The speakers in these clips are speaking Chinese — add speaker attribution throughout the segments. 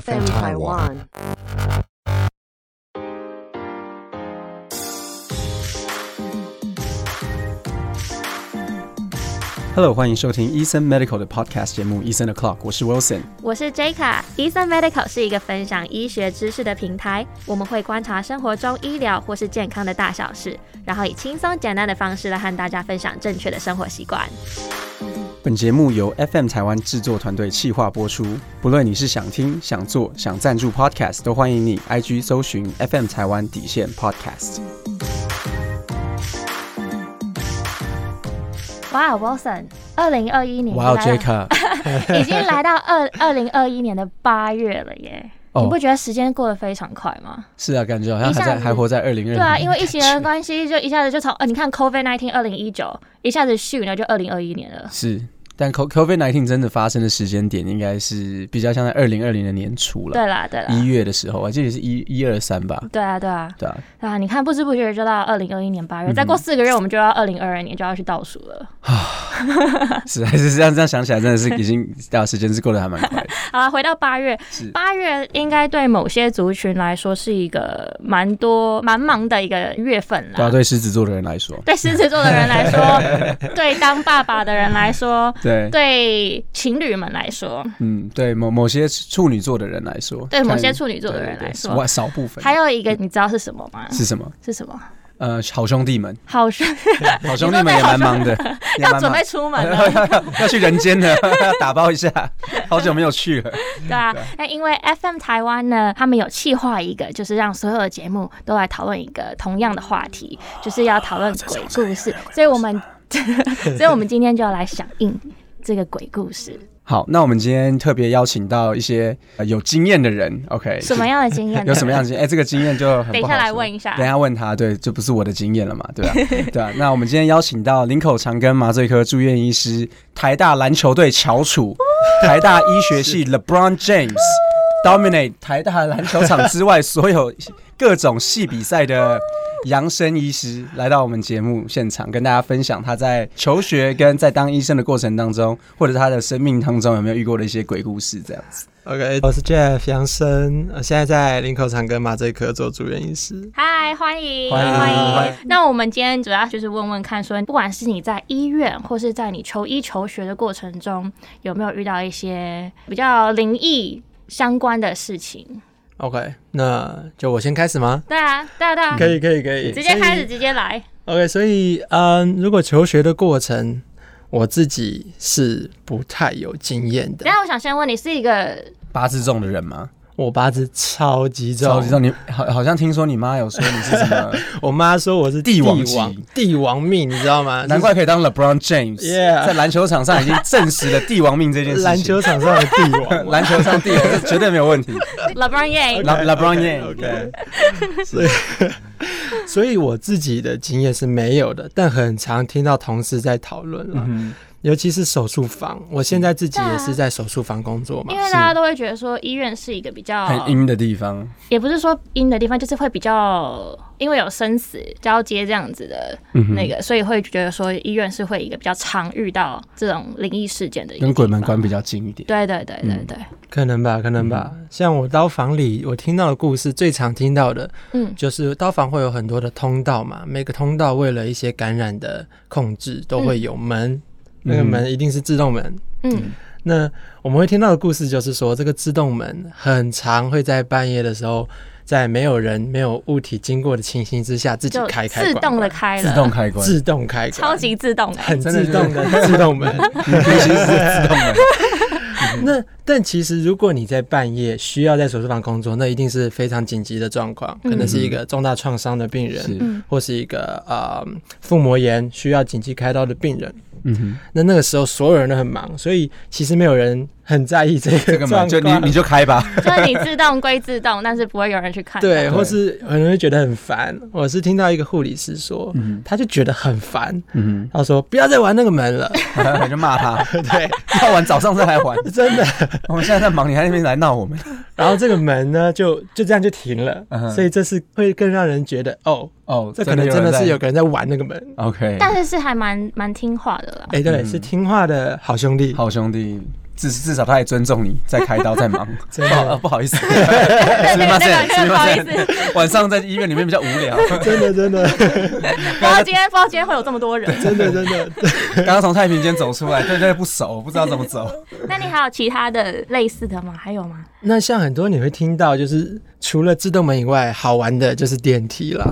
Speaker 1: FM Taiwan.
Speaker 2: ，Hello，欢迎收听医生 Medical 的 Podcast 节目《医生的 Clock》，我是 Wilson。
Speaker 3: 我是 Jaka，医生 Medical 是一个分享医学知识的平台，我们会观察生活中医疗或是健康的大小事，然后以轻松简单的方式来和大家分享正确的生活习惯。
Speaker 2: 本节目由 FM 台湾制作团队企划播出。不论你是想听、想做、想赞助 Podcast，都欢迎你 IG 搜寻 FM 台湾底线 Podcast。
Speaker 3: 哇，Wilson，二零二一年
Speaker 2: 哇哦
Speaker 3: 已经来到
Speaker 2: ，Jack，
Speaker 3: 已经来到二二零二一年的八月了耶。
Speaker 2: 哦
Speaker 3: 你不觉得时间过得非常快吗？
Speaker 2: 是啊，感觉好像
Speaker 3: 一
Speaker 2: 还
Speaker 3: 下
Speaker 2: 在
Speaker 3: 子
Speaker 2: 还活在二零二
Speaker 3: 对啊，因为疫情的关系，就一下子就从呃，你看 COVID nineteen 二零一九，一下子去呢就二零二一年了。
Speaker 2: 是，但 Co- COVID nineteen 真的发生的时间点应该是比较像在二零二零的年初了，
Speaker 3: 对啊啦，对啦，
Speaker 2: 一月的时候，我记得是一一二三吧。
Speaker 3: 对啊，对啊，
Speaker 2: 对啊，
Speaker 3: 对啊，你看不知不觉就到二零二一年八月，再
Speaker 2: 嗯
Speaker 3: 过四个月我们就要二零二二年就要去倒数了。
Speaker 2: 是还是这样这样想起来，真的是已经对啊，时间是过得还蛮快的。
Speaker 3: 好啊，回到八月
Speaker 2: 是，
Speaker 3: 八月应该对某些族群来说是一个蛮多蛮忙的一个月份
Speaker 2: 对啊，
Speaker 3: 啦。
Speaker 2: 对狮子座的人来说，
Speaker 3: 对狮子座的人 来说，对当爸爸的人来说，
Speaker 2: 对，
Speaker 3: 对情侣们来说，
Speaker 2: 嗯，对某某些处女座的人来说，
Speaker 3: 对某些
Speaker 2: 看
Speaker 3: 处女座的
Speaker 2: 对
Speaker 3: 人
Speaker 2: 对
Speaker 3: 来
Speaker 2: 是
Speaker 3: 说
Speaker 2: 哇，，少部分
Speaker 3: 还有一个你知道是什么吗？
Speaker 2: 是什么？
Speaker 3: 是什么？
Speaker 2: 呃，好兄弟们，
Speaker 3: 好兄
Speaker 2: 好兄弟们也蛮 忙的，也
Speaker 3: 要
Speaker 2: 蛮
Speaker 3: 准
Speaker 2: 忙
Speaker 3: 备，出门了，
Speaker 2: 要去人间 了，打包一下，好久没有去了。
Speaker 3: 对啊。那因为 FM 台湾呢，他们有企划一个，就是让所有的节目都来讨论一个同样的话题，就是要讨论鬼故事。所以我们， 所以我们今天就要来响应这个鬼故事。
Speaker 2: 好，那我们今天特别邀请到一些、呃有经验的人，OK？
Speaker 3: 什么样的经验？
Speaker 2: 哎 有什么样？的经验？哎、这个经验就很
Speaker 3: 等一
Speaker 2: 不好
Speaker 3: 下来
Speaker 2: 说
Speaker 3: 问一下
Speaker 2: 等一下问他，对，这不是我的经验了嘛，对吧、对啊。 那我们今天邀请到林口长庚麻醉科住院医师、台大篮球队翘
Speaker 3: 哦
Speaker 2: 楚、台大医学 系 LeBron James。Dominate
Speaker 3: 哦
Speaker 2: 台大篮球场之外所有各种系比赛的杨生医师来到我们节目现场，跟大家分享他在求学跟在当医生的过程当中，或者他的生命当中有没有遇过的一些鬼故事，这样子。
Speaker 4: OK，我是 Jeff 杨生，我现在在林口长庚麻醉科做住院医师。
Speaker 3: 嗨，欢迎，
Speaker 2: 欢迎欢迎
Speaker 3: 那我们今天主要就是问问看说不管是你在医院或是在你求医求学的过程中，有没有遇到一些比较灵异相关的事情？
Speaker 4: OK，那就我先开始吗？
Speaker 3: 对啊，对啊，对啊，
Speaker 4: 可以，可以，可以，
Speaker 3: 直接开始，
Speaker 4: 所以。
Speaker 3: 直接来。
Speaker 4: OK，所以嗯，如果求学的过程，我自己是不太有经验的
Speaker 3: 等一。下我想先问你，是一 个
Speaker 2: 八字重的人吗？
Speaker 4: 我八字超级重，
Speaker 2: 超级重，你好，好像听说你妈有说你是什么，
Speaker 4: 我妈说我是
Speaker 2: 帝王
Speaker 4: 王
Speaker 2: 级
Speaker 4: 帝王命，你知道吗？
Speaker 2: 难怪可以当 LeBron James，、
Speaker 4: Yeah
Speaker 2: 在篮球场上已经证实了帝王命这件
Speaker 4: 就
Speaker 2: 事情。
Speaker 4: 是篮 球场上的帝 王。
Speaker 2: 篮球上帝王这绝对没有 问题。
Speaker 3: LeBron Yang，
Speaker 2: La- LeBron James，
Speaker 4: OK，所以 所以我自己的经验是没有的，但很常听到同事在讨论了，
Speaker 2: 嗯
Speaker 4: 尤其是手术房。我现在自己也是在手术房工作嘛
Speaker 3: 啊因，为大家都会觉得说医院是一个比较
Speaker 2: 很阴的地方，
Speaker 3: 也不是说阴的地方，就是会比较因为有生死交接这样子的
Speaker 2: 嗯
Speaker 3: 那个，所以会觉得说医院是会一个比较常遇到这种灵异事件的一个
Speaker 2: 跟鬼门
Speaker 3: 地方。
Speaker 2: 关比嗯较近一点。
Speaker 3: 对对对对对，
Speaker 4: 可能
Speaker 3: 嗯
Speaker 4: 吧，可能吧。像我刀房里，我听到的故事最常听到的
Speaker 3: 嗯，
Speaker 4: 就是刀房会有很多的通道嘛，每个通道为了一些感染的控制，都会有门，那个门一定是自动门，
Speaker 3: 嗯，
Speaker 4: 那我们会听到的故事就是说，这个自动门很常会在半夜的时候，在没有人、没有物体经过的情形之下，自己
Speaker 3: 就
Speaker 4: 开开
Speaker 3: 自
Speaker 4: 关
Speaker 3: 动的
Speaker 4: 关
Speaker 3: 开了，
Speaker 2: 自动开关，
Speaker 4: 自动开关，
Speaker 3: 超级自动哎、
Speaker 4: 很
Speaker 2: 真的
Speaker 4: 自
Speaker 2: 是
Speaker 4: 动的自 动门。
Speaker 2: 你平行是自动的。
Speaker 4: 那但其实如果你在半夜需要在手术房工作，那一定是非常紧急的状况，可能是一个重大创伤的病人，
Speaker 2: 嗯是，
Speaker 4: 或是一个呃腹膜炎需要紧急开刀的病人。
Speaker 2: 嗯哼，
Speaker 4: 那那个时候所有人都很忙，所以其实没有人很在意这
Speaker 2: 这
Speaker 4: 个
Speaker 2: 个
Speaker 4: 状
Speaker 2: 嘛，
Speaker 4: 况。
Speaker 2: 就你你就开 吧。
Speaker 3: 就是你自动归自动，但是不会有人去看。
Speaker 4: 对，
Speaker 2: 对
Speaker 4: 或是可能会觉得很烦。我是听到一个护理师说，
Speaker 2: 嗯
Speaker 4: 他就觉得很烦，
Speaker 2: 嗯
Speaker 4: 他说不要再玩那个门了，
Speaker 2: 哼，你就骂 他，
Speaker 4: 对，
Speaker 2: 要玩早上再来玩。
Speaker 4: 真的。
Speaker 2: 我们现在在忙，你还在那边来闹我们。
Speaker 4: 然后这个门呢，就就这样就停了
Speaker 2: 嗯哼，
Speaker 4: 所以这是会更让人觉得哦，
Speaker 2: 哦，
Speaker 4: 这可能真的
Speaker 2: 在
Speaker 4: 是有个人在玩那个门。
Speaker 2: OK，
Speaker 3: 但是是还蛮蛮听话的啦。
Speaker 4: 哎，对，
Speaker 2: 嗯
Speaker 4: 是听话的好兄弟。
Speaker 2: 好兄弟，至至少他也尊重你在开刀在忙，
Speaker 4: 真
Speaker 2: 不好呃
Speaker 4: 的，
Speaker 2: 不好意 思，是吗？
Speaker 3: 对对
Speaker 2: 是
Speaker 3: 不
Speaker 2: 吗
Speaker 3: 好意？思
Speaker 2: 是晚上在医院里面比较无聊，
Speaker 4: 真的，真的，
Speaker 3: 不知道今天不知道今天会有这么多人。
Speaker 4: 真的，真的，
Speaker 2: 刚刚从太平间走出来，对对不熟，不知道怎么走。
Speaker 3: 那你还有其他的类似的吗？还有吗？
Speaker 4: 那像很多你会听到，就是除了自动门以外，好玩的就是电梯 啦。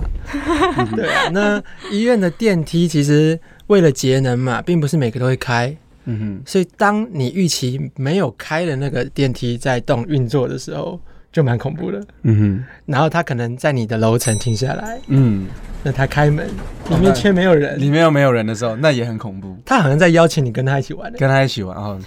Speaker 4: 对啊，那医院的电梯其实为了节能嘛，并不是每个都会开，
Speaker 2: 嗯
Speaker 4: 所以当你预期没有开的那个电梯在动运作的时候，就蛮恐怖的。
Speaker 2: 哼，嗯
Speaker 4: 然后它可能在你的楼层停下来，
Speaker 2: 哼，嗯，
Speaker 4: 那它开门，里面却没有人，
Speaker 2: 里面又没有人的时候，那也很恐怖。
Speaker 4: 它好像在邀请你跟它一起玩欸。
Speaker 2: 跟他一起玩哦，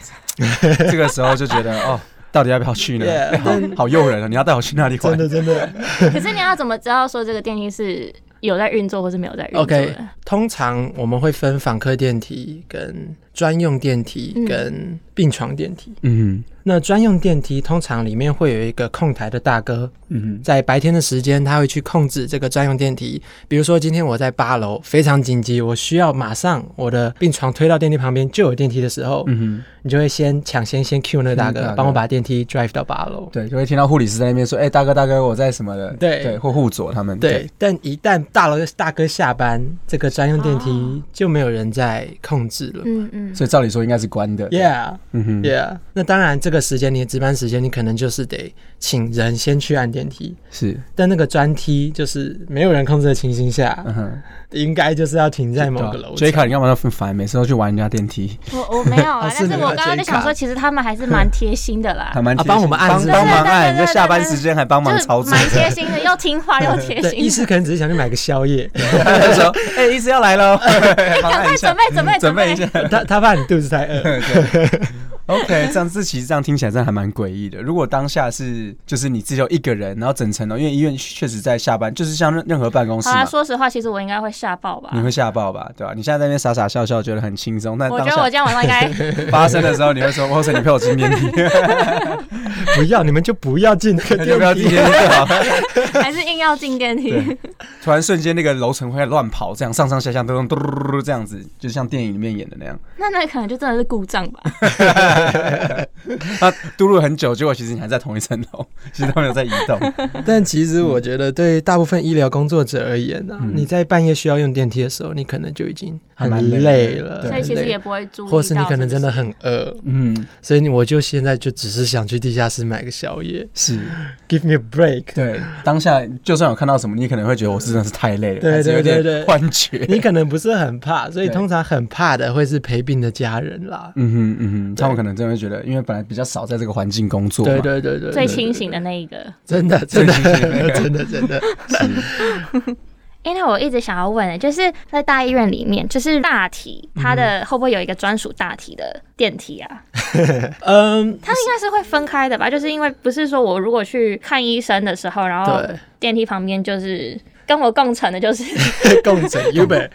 Speaker 2: 这个时候就觉得 哦，到底要不要去呢
Speaker 4: Yeah，
Speaker 2: 好好诱人啊！你要带我去哪里
Speaker 4: 真
Speaker 2: 玩？
Speaker 4: 的真的
Speaker 3: 可是你要怎么知道说这个电梯是有在运作或是没有在运作的
Speaker 4: ，OK。通常我们会分访客电梯、跟专用电梯
Speaker 3: 嗯、
Speaker 4: 跟病床电梯。
Speaker 2: 嗯
Speaker 4: 那专用电梯通常里面会有一个控台的大哥，
Speaker 2: 嗯
Speaker 4: 在白天的时间，他会去控制这个专用电梯。比如说，今天我在八楼，非常紧急，我需要马上我的病床推到电梯旁边就有电梯的时候，
Speaker 2: 嗯
Speaker 4: 你就会先抢先先 Q 那个大
Speaker 2: 嗯大
Speaker 4: 哥
Speaker 2: 哥，
Speaker 4: 帮我把电梯 drive 到八楼
Speaker 2: 哼，。对，就会听到护理师在那边说：“哎，大哥，大哥，我在什么的？”
Speaker 4: 对
Speaker 2: 对，或护佐他们。
Speaker 4: 对，但一旦大楼的大哥下班，这个专用电梯就没有人在控制了。
Speaker 3: 嗯嗯
Speaker 2: 对，，所以照理说应该是关的。
Speaker 4: Yeah,
Speaker 2: 嗯哼，
Speaker 4: yeah。那当然，这个时间你的值班时间，你可能就是得请人先去按电梯。
Speaker 2: 是，
Speaker 4: 但那个专梯就是没有人控制的情形下，
Speaker 2: 嗯哼，
Speaker 4: 应该就是要停在某个楼层。
Speaker 2: J 啊卡，你干嘛那么烦？每次都去玩人家电梯，
Speaker 3: 我我没有啊
Speaker 4: 啊，
Speaker 3: 但
Speaker 4: 是
Speaker 3: 是
Speaker 4: 没有
Speaker 3: 我刚刚就想说，
Speaker 4: J-card
Speaker 3: 其实他们还是蛮贴心的 啦
Speaker 2: 还。蛮贴
Speaker 4: 啊
Speaker 2: 心
Speaker 4: 帮我们按
Speaker 2: 帮
Speaker 4: 是不是
Speaker 2: 帮忙按，
Speaker 3: 对对对对
Speaker 2: 就下班时间还帮忙
Speaker 3: 就是
Speaker 2: 操作。
Speaker 3: 蛮贴心的，又听话又贴
Speaker 4: 对，医
Speaker 3: 心。
Speaker 4: 师可能只是想去买个宵夜，
Speaker 2: 他就 说：“哎，医师要来 喽，帮
Speaker 3: 赶
Speaker 2: 按
Speaker 3: 快
Speaker 2: 一下
Speaker 3: 准，备准备
Speaker 2: 准备一
Speaker 3: 下。
Speaker 2: 下。”
Speaker 4: 他他怕你肚子太饿。
Speaker 2: OK，这样子其实这样听起来真的还蛮诡异的。如果当下是就是你只有一个人，然后整层楼，因为医院确实在下班，就是像任任何办公室
Speaker 3: 好啦，
Speaker 2: 嘛，
Speaker 3: 说实话，其实我应该会吓爆吧
Speaker 2: 你。会吓爆吧，对吧、你现在在那边傻傻笑笑，觉得很轻松，但
Speaker 3: 我觉
Speaker 2: 当
Speaker 3: 得我今
Speaker 2: 下
Speaker 3: 天晚上应该，
Speaker 2: 发生的时候，你会说：“哇塞，你陪我进电 梯，
Speaker 4: 不要，你们就不要进那个
Speaker 2: 你就不要
Speaker 4: 电
Speaker 2: 进
Speaker 4: 梯。
Speaker 2: 电梯就好。
Speaker 3: 还是硬要进电梯。
Speaker 2: 对”突然瞬间那个楼层会乱跑，这样上上下下都嘟嘟嘟嘟这样子，就像电影里面演的那样。
Speaker 3: 那那可能就真的是故障吧。
Speaker 2: 他啊嘟噜很久，结果其实你还在同一层楼， 其实他们有在移 动。
Speaker 4: 但其实我觉得，对大部分医疗工作者而言呢、啊，
Speaker 2: 嗯
Speaker 4: 你在半夜需要用电梯的时候，你可能就已经很
Speaker 2: 还蛮累的
Speaker 4: 累了，
Speaker 2: 对
Speaker 3: 所以其
Speaker 4: 很
Speaker 3: 实
Speaker 4: 累
Speaker 3: 也不会注意到。
Speaker 4: 或是你可能真的很饿，
Speaker 2: 嗯，
Speaker 4: 所以你我就现在就只是想去地下室买个宵夜
Speaker 2: 是。
Speaker 4: ，Give me a break。
Speaker 2: 对，当下就算有看到什么，你可能会觉得我是真的是太累了，
Speaker 4: 对
Speaker 2: 还是有点
Speaker 4: 对对对
Speaker 2: 幻觉。
Speaker 4: 你可能不是很怕，所以
Speaker 2: 对
Speaker 4: 通常很怕的会是陪病的家人啦。
Speaker 2: 嗯哼嗯哼，
Speaker 4: 对
Speaker 2: 他们可能真的会觉得，因为本来比较少在这个环境工作嘛，
Speaker 4: 对对对对，
Speaker 3: 最
Speaker 4: 对
Speaker 3: 清醒的那一个。
Speaker 4: 真的真的
Speaker 2: 最清醒的
Speaker 4: 真的真 的，
Speaker 3: 哎、那我一直想要问的，就是在大医院里面，就是大体，它的会不会有一个专属大体的电梯啊？
Speaker 4: 嗯，
Speaker 3: 它应该是会分开的吧？就是因为不是说我如果去看医生的时候，然后
Speaker 4: 对。
Speaker 3: 电梯旁边就是跟我共乘的， 就是
Speaker 4: 共乘 Uber。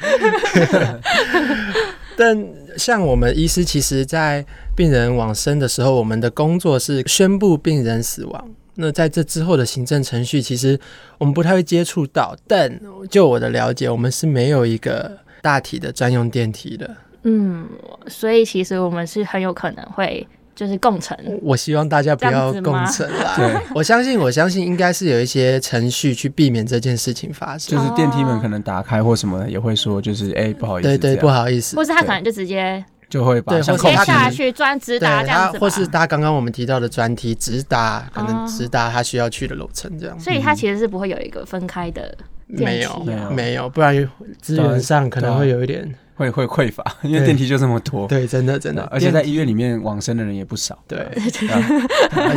Speaker 4: 但像我们医师，其实在病人往生的时候，我们的工作是宣布病人死亡。那在这之后的行政程序，其实我们不太会接触到。但就我的了解，我们是没有一个大体的专用电梯的。
Speaker 3: 嗯，所以其实我们是很有可能会就是共乘。
Speaker 4: 我希望大家不要
Speaker 3: 这样子
Speaker 4: 共
Speaker 3: 吗
Speaker 4: 乘啦。
Speaker 2: 对，
Speaker 4: 我相信，我相信应该是有一些程序去避免这件事情发生。
Speaker 2: 就是电梯门可能打开或什么的，也会说就是哎、不好意思，
Speaker 4: 对对，
Speaker 2: 这
Speaker 4: 不
Speaker 2: 样
Speaker 4: 好意思
Speaker 3: 或，是他可能就直接
Speaker 2: 就会把
Speaker 4: 对
Speaker 2: 像
Speaker 4: 或
Speaker 2: 控
Speaker 3: 接
Speaker 4: 是
Speaker 2: 制
Speaker 3: 下去专直
Speaker 4: 对
Speaker 3: 达这样
Speaker 4: 他
Speaker 3: 子吧，
Speaker 4: 或是搭刚刚我们提到的专题直达，可能
Speaker 3: 哦
Speaker 4: 直达他需要去的楼层这样。
Speaker 3: 所以它其实是不会有一个分开的电
Speaker 4: 没
Speaker 3: 梯
Speaker 4: 有
Speaker 3: 啊
Speaker 2: 没有
Speaker 4: 没有，不然资源上可能会有一点。
Speaker 2: 会会匮乏，因为
Speaker 4: 对
Speaker 2: 电梯就这么多，
Speaker 4: 对，真的真的
Speaker 2: 对，，而且在
Speaker 4: 电
Speaker 2: 医院里面往生的人也不少，
Speaker 4: 对
Speaker 2: 啊，
Speaker 4: 而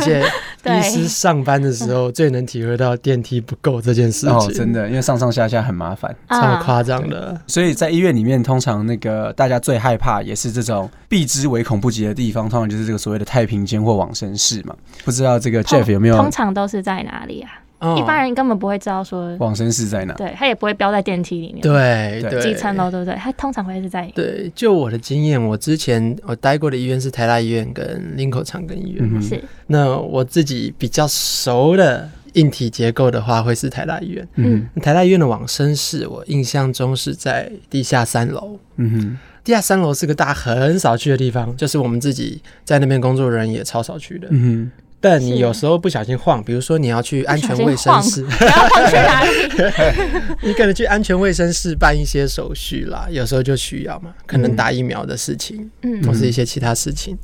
Speaker 4: 且
Speaker 3: 对
Speaker 4: 医师上班的时候最能体会到电梯不够这件事
Speaker 2: 哦，
Speaker 4: 情，
Speaker 2: 真的，因为上上下下很麻烦。
Speaker 4: 超
Speaker 3: 啊。
Speaker 4: 夸张的。
Speaker 2: 所以在医院里面，通常那个大家最害怕也是这种避之唯恐不及的地方，通常就是这个所谓的太平间或往生室嘛。不知道这个 Jeff 有没有
Speaker 3: 通常都是在哪里啊？
Speaker 4: 哦
Speaker 3: 一般人根本不会知道说，
Speaker 2: 往生室在哪？
Speaker 3: 对他也不会标在电梯里面，
Speaker 4: 对
Speaker 2: 对
Speaker 4: 对
Speaker 3: 几层楼对不对？他通常会是在
Speaker 4: 对，就我的经验，我之前我待过的医院是台大医院跟林口长庚医院。
Speaker 2: 嗯哼
Speaker 3: 是
Speaker 4: 那我自己比较熟的硬体结构的话，会是台大医院。
Speaker 2: 嗯
Speaker 4: 台大医院的往生室，我印象中是在地下三楼。
Speaker 2: 嗯哼，
Speaker 4: 地下三楼是个大家很少去的地方，就是我们自己在那边工作的人也超少去的。
Speaker 2: 嗯哼，
Speaker 4: 但
Speaker 3: 是
Speaker 4: 你有时候不小心晃，比如说你要去安全卫
Speaker 3: 不小
Speaker 4: 生
Speaker 3: 心
Speaker 4: 室，
Speaker 3: 然后跑去哪里？
Speaker 4: 你可能去安全卫生室办一些手续啦，有时候就需要嘛，可能打疫苗的事情，
Speaker 3: 嗯
Speaker 4: 或是一些其他事情。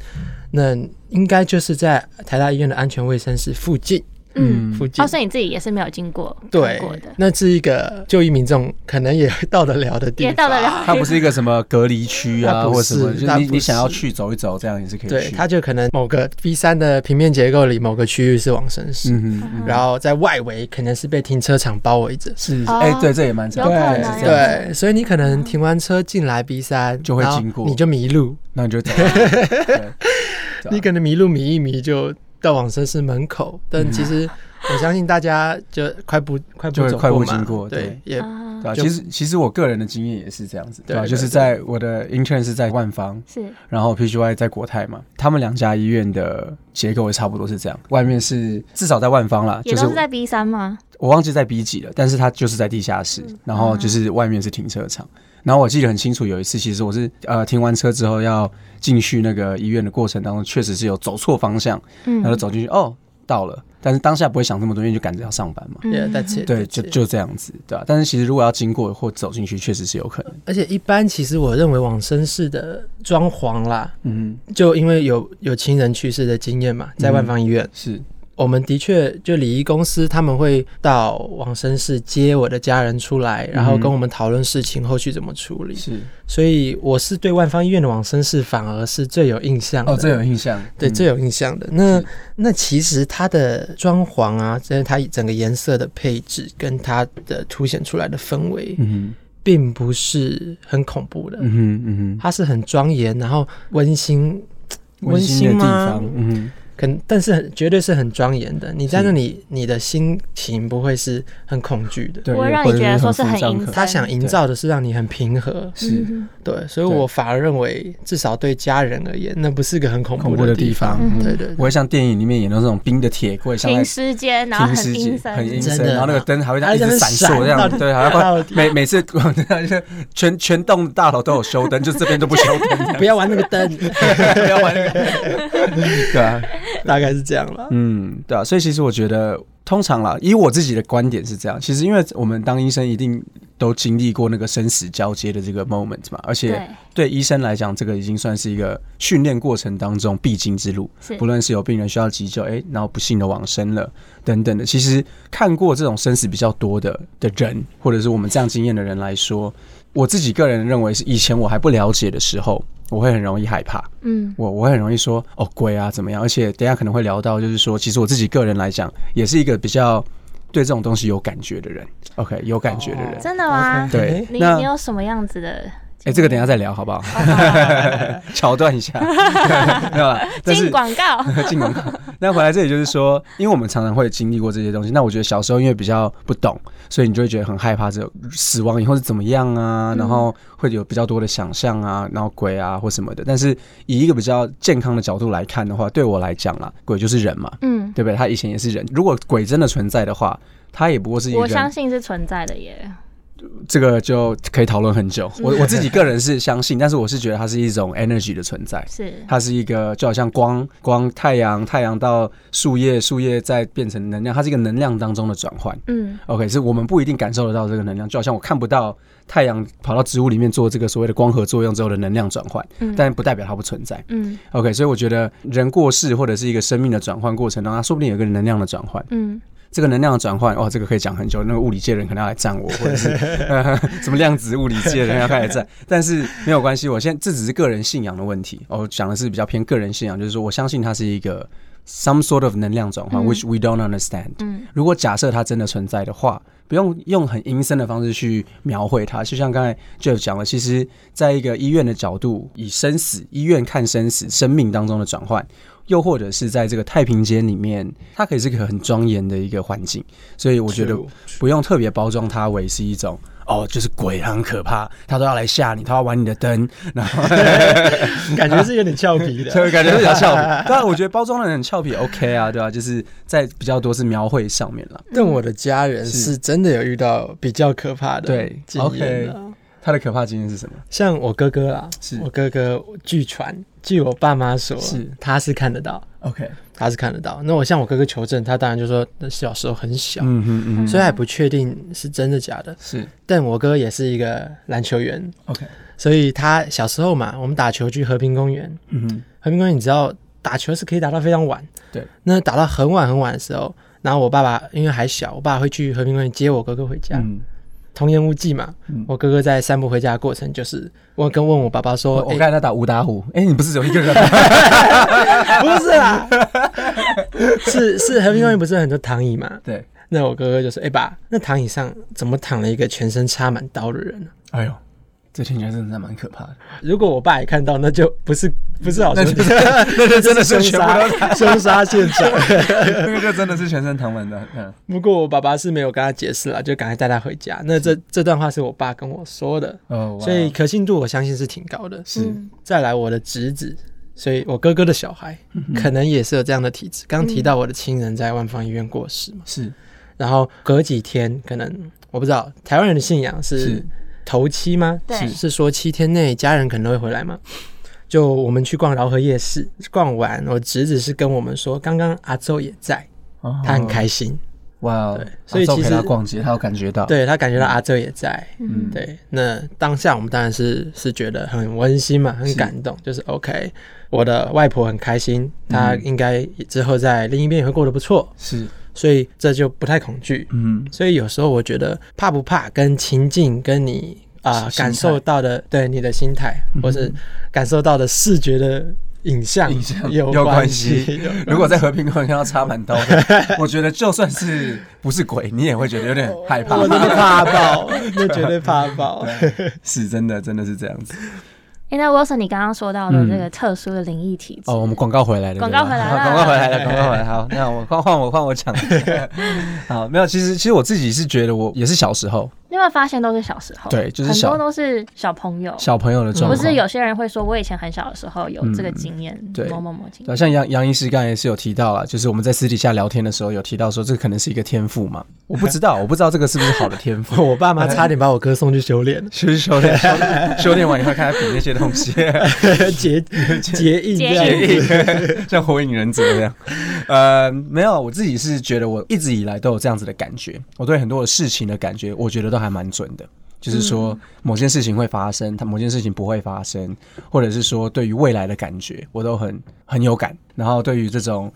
Speaker 4: 那应该就是在台大医院的安全卫生室附近，
Speaker 3: 嗯。
Speaker 4: 附近。
Speaker 3: 哦，所以你自己也是没有经过
Speaker 4: 对
Speaker 3: 看过的，，
Speaker 4: 那是一个就医民众可能也会到得了的地方，
Speaker 3: 也到得了。
Speaker 2: 它不是一个什么隔离区啊，
Speaker 4: 它
Speaker 2: 或
Speaker 4: 不
Speaker 2: 什
Speaker 4: 是
Speaker 2: 么，就是
Speaker 4: 它
Speaker 2: 你
Speaker 4: 不
Speaker 2: 你想要
Speaker 4: 是
Speaker 2: 去走一走，这样也是可以
Speaker 4: 对，
Speaker 2: 去。
Speaker 4: 它就可能某个 B 三的平面结构里某个区域是往生室，
Speaker 2: 嗯哼，
Speaker 4: 然后在外围可能是被停车场包围着。
Speaker 2: 是，
Speaker 3: 哦
Speaker 2: 哎，对，这也蛮常
Speaker 3: 有可
Speaker 2: 见
Speaker 3: 能
Speaker 2: 的
Speaker 3: 有
Speaker 2: 是
Speaker 3: 可
Speaker 2: 这样子，
Speaker 3: 能
Speaker 4: 对，所以你可
Speaker 3: 哦
Speaker 4: 能停完车进来 B 三
Speaker 2: 就会经过
Speaker 4: 你就迷路，
Speaker 2: 那你 就走了。对对啊
Speaker 4: 你可能迷路迷一迷就到往生室门口，但其实我相信大家就快步快
Speaker 2: 嗯就
Speaker 4: 步
Speaker 2: 会
Speaker 4: 走
Speaker 2: 快步
Speaker 4: 过嘛
Speaker 2: 经过对
Speaker 4: 对，也
Speaker 3: 啊，
Speaker 2: 对啊，
Speaker 4: 就
Speaker 2: 其实其实我个人的经验也是这样子，对吧？
Speaker 4: 对对
Speaker 2: 就是在我的 intern 是在万方，
Speaker 3: 是
Speaker 2: 然后 PGY 在国泰嘛，他们两家医院的结构也差不多是这样。外面是至少在万方啦，
Speaker 3: 也
Speaker 2: 就
Speaker 3: 都是
Speaker 2: 是
Speaker 3: 在 B 三吗？
Speaker 2: 我忘记在 B 几了，但是它就是在地下室，
Speaker 3: 嗯
Speaker 2: 然后就是外面是停车场。然后我记得很清楚，有一次其实我是呃停完车之后要进去那个医院的过程当中，确实是有走错方向，
Speaker 3: 嗯
Speaker 2: 然后就走进去哦到了，但是当下不会想这么多，因为就赶着要上班嘛。
Speaker 4: 也
Speaker 3: 嗯
Speaker 4: that's it，
Speaker 2: 对，
Speaker 4: that's
Speaker 2: 就
Speaker 4: it
Speaker 2: 就这样子，对吧、但是其实如果要经过或走进去，确实是有可能。
Speaker 4: 而且一般其实我认为往生室的装潢啦，
Speaker 2: 嗯，
Speaker 4: 就因为有有亲人去世的经验嘛，在万方医院，
Speaker 2: 是，
Speaker 4: 我们的确就礼仪公司他们会到往生室接我的家人出来，然后
Speaker 2: 嗯
Speaker 4: 跟我们讨论事情后续怎么处理。
Speaker 2: 是
Speaker 4: 所以我是对万方医院的往生室反而是最有印象的。
Speaker 2: 哦，这有印象，
Speaker 4: 对，
Speaker 2: 嗯
Speaker 4: 最有印象的。那
Speaker 2: 是
Speaker 4: 那其实它的装潢啊，就是它整个颜色的配置跟它的凸显出来的氛围，
Speaker 2: 嗯
Speaker 4: 并不是很恐怖的
Speaker 2: 哼，。嗯哼，嗯哼，
Speaker 4: 它是很庄严，然后温馨，
Speaker 2: 温馨的地
Speaker 4: 吗
Speaker 2: 方，嗯
Speaker 4: 可能但是很绝对是很庄严的。你在
Speaker 2: 是
Speaker 4: 那里，你的心情不会是很恐惧的
Speaker 2: 哼，。对，
Speaker 3: 我会
Speaker 2: 也
Speaker 3: 让
Speaker 2: 或
Speaker 3: 你
Speaker 2: 者
Speaker 3: 觉得
Speaker 2: 是
Speaker 3: 说是
Speaker 2: 浮
Speaker 3: 很
Speaker 2: 躁
Speaker 3: 阴
Speaker 2: 可
Speaker 3: 森
Speaker 4: 他想营造的是让你很平和，
Speaker 2: 是
Speaker 3: 嗯
Speaker 4: 对，所以
Speaker 2: 对
Speaker 4: 我反而认为，至少对家人而言，那不是个很恐
Speaker 2: 恐
Speaker 4: 怖
Speaker 2: 怖的
Speaker 4: 的地
Speaker 2: 地
Speaker 4: 方
Speaker 2: 方。。
Speaker 3: 嗯
Speaker 2: 嗯
Speaker 4: 对对
Speaker 2: 我会像电影里面演的那种冰的铁柜，像在
Speaker 3: 停尸间，然后
Speaker 2: 停
Speaker 3: 很
Speaker 2: 尸
Speaker 3: 阴
Speaker 2: 间
Speaker 3: 森，
Speaker 2: 很阴
Speaker 4: 真
Speaker 2: 森，
Speaker 4: 的
Speaker 2: 然后那个灯还会这样
Speaker 4: 还
Speaker 2: 一
Speaker 4: 在
Speaker 2: 直
Speaker 4: 那
Speaker 2: 闪
Speaker 4: 闪
Speaker 2: 烁，这样
Speaker 4: 到底
Speaker 2: 对，还
Speaker 4: 到
Speaker 2: 会
Speaker 4: 底
Speaker 2: 每每次 全全栋大楼都有修灯，就这边就不修灯，
Speaker 4: 不要玩那个灯，
Speaker 2: 不要玩那个，对啊，
Speaker 4: 大概是这样吧。
Speaker 2: 嗯，对啊，所以其实我觉得，通常啦，以我自己的观点是这样，其实因为我们当医生一定都经历过那个生死交接的这个 moment 嘛，而且
Speaker 3: 对，
Speaker 2: 对医生来讲，这个已经算是一个训练过程当中必经之路。
Speaker 3: 是
Speaker 2: 不论是有病人需要急救，哎、然后不幸的往生了等等的，其实看过这种生死比较多的的人，或者是我们这样经验的人来说，我自己个人认为是以前我还不了解的时候，我会很容易害怕。
Speaker 3: 嗯
Speaker 2: 我我会很容易说哦鬼啊怎么样，而且等一下可能会聊到，就是说，其实我自己个人来讲，也是一个比较对这种东西有感觉的人。OK，有感觉的人，
Speaker 3: 真的吗？
Speaker 4: OK
Speaker 2: 对，
Speaker 3: 你
Speaker 2: 那
Speaker 3: 你有什么样子的？
Speaker 2: 哎、这个等一下再聊好不好？ 桥段一下，没有啦，但
Speaker 3: 进
Speaker 2: 是
Speaker 3: 广告，
Speaker 2: 进广告。那回来这里就是说，因为我们常常会经历过这些东西。那我觉得小时候因为比较不懂，所以你就会觉得很害怕，这种死亡以后是怎么样啊，然
Speaker 3: 嗯
Speaker 2: 后会有比较多的想象啊，然后鬼啊或什么的。但是以一个比较健康的角度来看的话，对我来讲啦，鬼就是人嘛，
Speaker 3: 嗯，
Speaker 2: 对不对？他以前也是人。如果鬼真的存在的话，他也不过是一个
Speaker 3: 我
Speaker 2: 人
Speaker 3: 相信是存在的耶。
Speaker 2: 这个就可以讨论很久。我
Speaker 3: 嗯
Speaker 2: 我自己个人是相信，但是我是觉得它是一种 energy 的存在。
Speaker 3: 是，
Speaker 2: 它是一个就好像光光太阳，太阳到树叶，树叶再变成能量，它是一个能量当中的转换。
Speaker 3: 嗯
Speaker 2: OK，是我们不一定感受得到这个能量，就好像我看不到太阳跑到植物里面做这个所谓的光合作用之后的能量转换，
Speaker 3: 嗯
Speaker 2: 但不代表它不存在。
Speaker 3: 嗯
Speaker 2: OK，所以我觉得人过世或者是一个生命的转换过程当中，它说不定有一个能量的转换。
Speaker 3: 嗯，
Speaker 2: 这个能量的转换，哦哇，这个可以讲很久。那个物理界人可能要来赞我，或者是、呃、 什么量子物理界人要开始赞，但是没有关系。我现在这只是个人信仰的问题，哦我讲的是比较偏个人信仰，就是说我相信它是一个 some sort of 能量转换、
Speaker 3: 嗯
Speaker 2: w h i c h we don't understand。
Speaker 3: 嗯，
Speaker 2: 如果假设它真的存在的话，不用用很阴森的方式去描绘它。就像刚才 Jeff 讲了，其实在一个医院的角度，以生死医院看生死、生命当中的转换，又或者是在这个太平间里面，它可以是一个很庄严的一个环境。所以我觉得
Speaker 4: True
Speaker 2: 不用特别包装它为是一种。哦，就是鬼它很可怕，他都要来吓你，他要玩你的灯，然后
Speaker 4: 感觉是有点俏皮
Speaker 2: 就
Speaker 4: 的。
Speaker 2: 会感觉比较俏皮。当然，我觉得包装的很俏皮，OK 啊，对吧、就是在比较多是描绘上面了。
Speaker 4: 但我的家人
Speaker 2: 是
Speaker 4: 是真的有遇到比较可怕的
Speaker 2: 对
Speaker 4: 经验的，
Speaker 2: 他的可怕经验是什么？
Speaker 4: 像我哥哥啊，
Speaker 2: 是
Speaker 4: 我哥哥，据传，据我爸妈说，
Speaker 2: 是
Speaker 4: 他是看得到，
Speaker 2: OK，
Speaker 4: 他是看得到。那我向我哥哥求证，他当然就说那小时候很小，
Speaker 2: 嗯哼嗯哼，
Speaker 4: 所以还不确定是真的假的。
Speaker 2: 是
Speaker 4: 但我哥也是一个篮球员，
Speaker 2: OK，
Speaker 4: 所以他小时候嘛，我们打球去和平公园，
Speaker 2: 嗯哼，
Speaker 4: 和平公园你知道打球是可以打到非常晚，
Speaker 2: 对，
Speaker 4: 那打到很晚很晚的时候，然后我爸爸因为还小，我爸会去和平公园接我哥哥回家，
Speaker 2: 嗯，
Speaker 4: 童言无忌嘛。
Speaker 2: 嗯
Speaker 4: 我哥哥在散步回家的过程，就是我跟问我爸爸说
Speaker 2: 我：“我
Speaker 4: 诶
Speaker 2: 刚才在打五打虎，哎，你不是只有一个人吗？
Speaker 4: 哎不是啦， 是是和平公园不是很多躺椅嘛？
Speaker 2: 对，
Speaker 4: 那我哥哥就说：“哎、爸，那躺椅上怎么躺了一个全身插满刀的人呢、
Speaker 2: 哎呦，这听起来真的是蛮可怕的，
Speaker 4: 如果我爸也看到，那就不是不是好
Speaker 2: 那
Speaker 4: 兄
Speaker 2: 就
Speaker 4: 弟，
Speaker 2: 那就真的 是
Speaker 4: 凶
Speaker 2: 全部
Speaker 4: 杀
Speaker 2: 都，
Speaker 4: 凶杀现场。
Speaker 2: 那个就真的是全身躺满的，嗯，
Speaker 4: 不过我爸爸是没有跟他解释了，就赶快带他回家。那这这段话是我爸跟我说的，
Speaker 2: 哦，哇
Speaker 4: 所以可信度我相信是挺高的。
Speaker 2: 是
Speaker 3: 嗯
Speaker 4: 再来我的侄子，所以我哥哥的小孩
Speaker 2: 嗯
Speaker 4: 可能也是有这样的体质。刚提到我的亲人在万方医院过世嘛，
Speaker 2: 是
Speaker 4: 然后隔几天可能我不知道台湾人的信仰是
Speaker 2: 是
Speaker 4: 头七吗？
Speaker 3: 对
Speaker 4: 是是说七天内家人可能会回来吗？就我们去逛饶河夜市，逛完我侄子是跟我们说，刚刚阿周也在，他很
Speaker 2: 心，
Speaker 4: 开心，
Speaker 2: 哦哇哦
Speaker 4: 对，所以
Speaker 2: 阿周
Speaker 4: 其实
Speaker 2: 陪他逛街，他有感觉到，，
Speaker 4: 对他感觉到阿周也在。
Speaker 2: 嗯
Speaker 3: 嗯，
Speaker 4: 对，那当下我们当然是是觉得很温馨嘛，很
Speaker 2: 是
Speaker 4: 感动，就是 OK，我的外婆很开心，她应该之后在另一边也会过得不错，
Speaker 2: 是，
Speaker 4: 所以这就不太恐惧。
Speaker 2: 嗯，
Speaker 4: 所以有时候我觉得怕不怕跟情境跟你啊、
Speaker 2: 是心态
Speaker 4: 感受到的对你的心态，或是感受到的视觉的影像
Speaker 2: 印象
Speaker 4: 有
Speaker 2: 有关
Speaker 4: 关
Speaker 2: 系
Speaker 4: 有
Speaker 2: 如果在和平公园看到插 满刀的，我觉得就算是不是鬼，你也会觉得有点害怕
Speaker 4: 我。真的 怕爆，那绝对怕爆。
Speaker 2: 是真的，真的是这样子。
Speaker 3: 哎，那 Wilson，你刚刚说到的这个特殊的灵异体质，
Speaker 2: 嗯哦，我们广告回来了，
Speaker 3: 广告回来
Speaker 2: 对吧哦
Speaker 3: 了
Speaker 2: 广告回来了，广告回来了。好，那我换换我换我讲。 好，没有，其实其实我自己是觉得我也是小时候
Speaker 3: 你有没有发现都是小时候？
Speaker 2: 对就是
Speaker 3: 很
Speaker 2: 小
Speaker 3: 多都是小朋友。
Speaker 2: 小朋友的状
Speaker 3: 不
Speaker 2: 况，
Speaker 3: 是有些人会说，我以前很小的时候有这个
Speaker 2: 嗯
Speaker 3: 经验，
Speaker 2: 对
Speaker 3: 某某某经
Speaker 2: 对，
Speaker 3: 验，
Speaker 2: 像杨杨医师刚才也是有提到了，就是我们在私底下聊天的时候有提到说，这可能是一个天赋嘛？我不知道，我不知道这个是不是好的天 赋。，
Speaker 4: 我爸妈差点把我哥送去修炼
Speaker 2: 就是修炼修炼修炼完以后，看他比那些东西。
Speaker 4: 结结印这样
Speaker 3: 结印
Speaker 4: 子。
Speaker 2: 像火影忍者这样。呃，没有，我自己是觉得我一直以来都有这样子的感觉，我对很多的事情的感觉，我觉得都还蛮准的。就是说，某件事情会发生，它某件事情不会发生，或者是说对于未来的感觉，我都很很有感。然后对于这种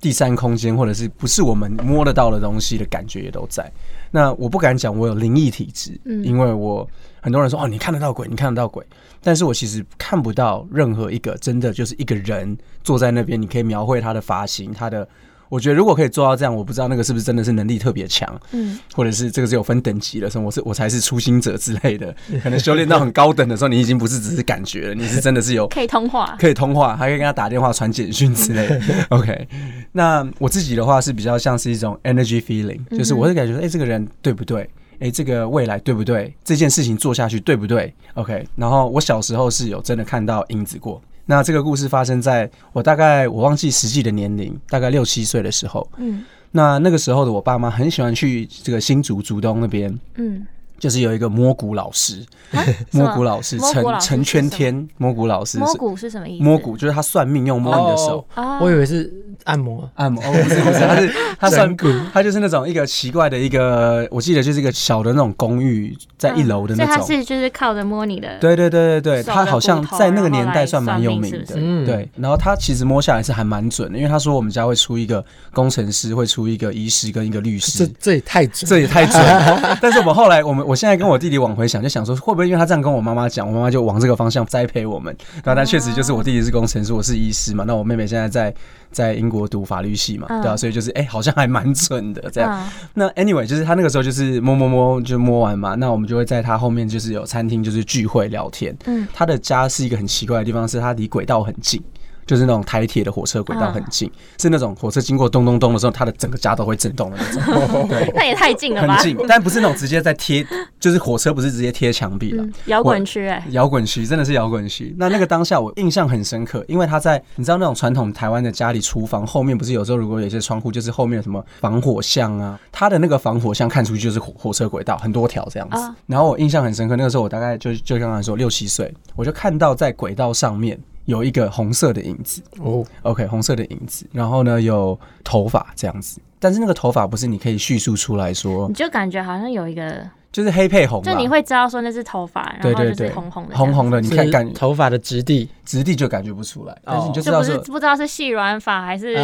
Speaker 2: 第三空间或者是不是我们摸得到的东西的感觉也都在。那我不敢讲我有灵异体质，
Speaker 3: 嗯
Speaker 2: 因为我很多人说哦，你看得到鬼，你看得到鬼，但是我其实看不到任何一个真的就是一个人坐在那边，你可以描绘他的发型，他的。我觉得如果可以做到这样，我不知道那个是不是真的是能力特别强，
Speaker 3: 嗯，
Speaker 2: 或者是这个是有分等级的，所以我是我才是初心者之类的。可能修炼到很高等的时候，你已经不是只是感觉了，你是真的是有
Speaker 3: 可以通 话。
Speaker 2: 可以通话，还可以跟他打电话、传简讯之类的。OK，那我自己的话是比较像是一种 energy
Speaker 3: 嗯
Speaker 2: feeling，就是我会感觉说，哎、这个人对不对？哎、这个未来对不对？这件事情做下去对不对？OK，然后我小时候是有真的看到影子过。那这个故事发生在我大概我忘记实际的年龄，大概六七岁的时候。
Speaker 3: 嗯
Speaker 2: 那那个时候的我爸妈很喜欢去这个新竹竹东那边，
Speaker 3: 嗯，
Speaker 2: 就是有一个摸骨老师，
Speaker 3: 啊
Speaker 2: 摸
Speaker 3: 什
Speaker 2: 骨
Speaker 3: 么
Speaker 2: 老师
Speaker 3: 摸骨
Speaker 2: 陈
Speaker 3: 老师
Speaker 2: 陈
Speaker 3: 是
Speaker 2: 圈
Speaker 3: 什么
Speaker 2: 天摸骨老师
Speaker 3: 摸
Speaker 2: 是
Speaker 3: 骨是什么意思？
Speaker 2: 摸骨就是他算命用摸你的手。
Speaker 4: 哦
Speaker 3: 啊，
Speaker 4: 我以为是按摩，
Speaker 2: 按摩哦，不是不是，他是他算
Speaker 4: 整骨
Speaker 2: 他就是那种一个奇怪的一个，我记得就是一个小的那种公寓，在一楼的那
Speaker 3: 所以他
Speaker 2: 种。
Speaker 3: 是就是靠着摸你的，，
Speaker 2: 对对对对对，
Speaker 3: 手的
Speaker 2: 他好像
Speaker 3: 骨头
Speaker 2: 在那个
Speaker 3: 然后
Speaker 2: 年代
Speaker 3: 来
Speaker 2: 算蛮
Speaker 3: 算
Speaker 2: 有
Speaker 3: 命
Speaker 2: 名
Speaker 3: 是不
Speaker 2: 的
Speaker 3: 是，
Speaker 4: 嗯
Speaker 2: 对。然后他其实摸下来是还蛮准的，因为他说我们家会出一个工程师，会出一个医师跟一个律
Speaker 4: 这
Speaker 2: 师，
Speaker 4: 这也太准，
Speaker 2: 这也太准了。但是我们后来，我们我现在跟我弟弟往回想，就想说会不会因为他这样跟我妈妈讲，我妈妈就往这个方向栽培我们。然后但确实就是我弟弟是工程师，我是医师嘛，那我妹妹现在在在英国读法律系嘛，
Speaker 3: 嗯
Speaker 2: 对啊，所以就是哎、好像还蛮准的这样。
Speaker 3: 嗯
Speaker 2: 那 anyway，就是他那个时候就是摸摸摸就摸完嘛，那我们就会在他后面就是有餐厅就是聚会聊天。
Speaker 3: 嗯
Speaker 2: 他的家是一个很奇怪的地方，是他离轨道很近，就是那种台铁的火车轨
Speaker 3: 嗯
Speaker 2: 道很近，是那种火车经过咚咚咚的时候，它的整个家都会震动的那种，
Speaker 3: 那也太近了吧
Speaker 2: 很？ 近，但不是那种直接在贴，就是火车不是直接贴墙壁了。
Speaker 3: 嗯，摇滚区哎，
Speaker 2: 摇滚区真的是摇滚区，那那个当下我印象很深刻，因为他在你知道那种传统台湾的家里厨房后面不是有时候如果有一些窗户就是后面有什么防火巷啊，他的那个防火巷看出去就是火火车轨道很多条这样子
Speaker 3: 啊。
Speaker 2: 然后我印象很深刻，那个时候我大概就就刚才说六七岁，我就看到在轨道上面有一个红色的影子，
Speaker 4: 哦，
Speaker 2: OK，红色的影子，然后呢有头发这样子，但是那个头发不是你可以叙述出来说
Speaker 3: 你，就感觉好像有一个，
Speaker 2: 就是黑配红啦，
Speaker 3: 就你会知道说那是头发，然
Speaker 2: 对
Speaker 3: 后
Speaker 2: 对
Speaker 3: 就是
Speaker 2: 对，
Speaker 3: 红红的，
Speaker 2: 红红的，你看感
Speaker 4: 是头发的质地，
Speaker 2: 质地就感觉不出来，但是啊你就知
Speaker 3: 就
Speaker 2: 道
Speaker 3: 不是
Speaker 2: 说，
Speaker 3: 不知道是细软发还是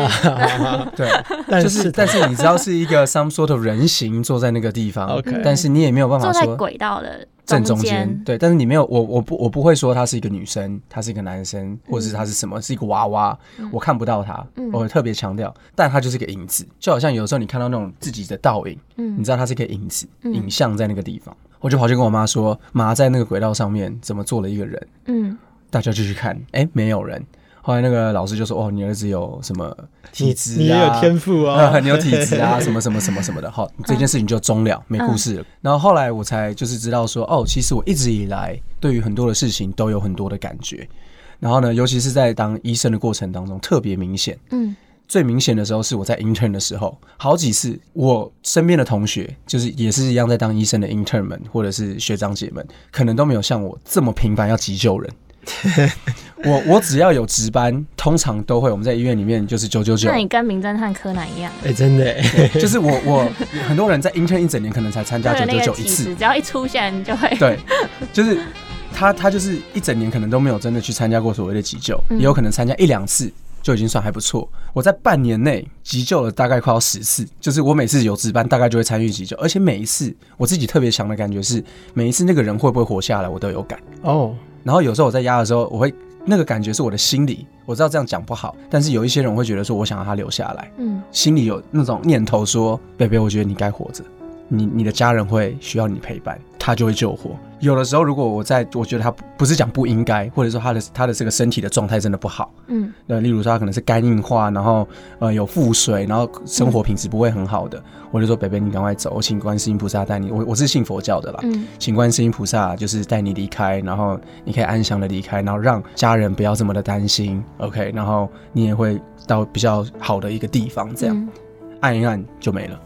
Speaker 2: 对，
Speaker 4: 但
Speaker 2: 就是是但是你知道是一个 some sort of 人形坐在那个地方
Speaker 4: OK
Speaker 2: 但是你也没有办法
Speaker 3: 坐在
Speaker 2: 说
Speaker 3: 轨道的
Speaker 2: 正中间
Speaker 3: 间，。
Speaker 2: 对，但是你没有，我我不我不会说他是一个女生，他是一个男
Speaker 3: 嗯
Speaker 2: 生，或者是他是什么，是一个娃娃，我看不到他，我特别强调，但他就是个影子，就好像有时候你看到那种自己的倒影，
Speaker 3: 嗯
Speaker 2: 你知道他是一个影子，影像在那个地方，我就跑去跟我妈说，妈在那个轨道上面怎么坐了一个人，
Speaker 3: 嗯，
Speaker 2: 大家就去看，哎、没有人。后来那个老师就说：“哦，你儿子有什么体质、啊
Speaker 4: 你也有天赋
Speaker 2: 呃，
Speaker 4: 哦
Speaker 2: 很，有体质啊，什么什么什么什么的。好，这件事情就终了，没故事了。然后后来我才就是知道说，哦，其实我一直以来对于很多的事情都有很多的感觉。然后呢，尤其是在当医生的过程当中，特别明显。
Speaker 3: 嗯，
Speaker 2: 最明显的时候是我在 intern 的时候，好几次我身边的同学，就是也是一样在当医生的 intern 们，或者是学长姐们，可能都没有像我这么频繁要急救人。我我只要有值班，通常都会我们在医院里面就是九九九
Speaker 3: 那，你跟名侦探柯南一样，
Speaker 4: 哎，真的 哎，
Speaker 2: 就是我我很多人在 intern 一整年可能才参加
Speaker 3: 就
Speaker 2: 九
Speaker 3: 有那
Speaker 2: 九
Speaker 3: 个
Speaker 2: 九一
Speaker 3: 体
Speaker 2: 次
Speaker 3: 质，，只要一出现你就会，
Speaker 2: 对，就是他他就是一整年可能都没有真的去参加过所谓的急救，也有可能参加一两次就已经算还不错。我在半年内急救了大概快要十次，就是我每次有值班大概就会参与急救，而且每一次我自己特别强的感觉是，每一次那个人会不会活下来我都有感。
Speaker 4: 哦，
Speaker 2: 然后有时候我在压的时候，我会那个感觉是我的心里，我知道这样讲不好，但是有一些人会觉得说我想让他留下来。
Speaker 3: 嗯，
Speaker 2: 心里有那种念头说：“贝贝，我觉得你该活着，你你的家人会需要你陪伴，他就会救活。”有的时候，如果我在我觉得他不不是讲不应该，或者说他的他的这个身体的状态真的不好，
Speaker 3: 嗯，
Speaker 2: 那例如说他可能是肝硬化，然后呃有腹水，然后生活品质不会很好的，我就说：“贝贝，你赶快走，我请观世音菩萨带你。我我是信佛教的啦，
Speaker 3: 嗯
Speaker 2: 请观世音菩萨就是带你离开，然后你可以安详的离开，然后让家人不要这么的担心，OK，然后你也会到比较好的一个地方，这样、
Speaker 3: 嗯
Speaker 2: 按一按就没了。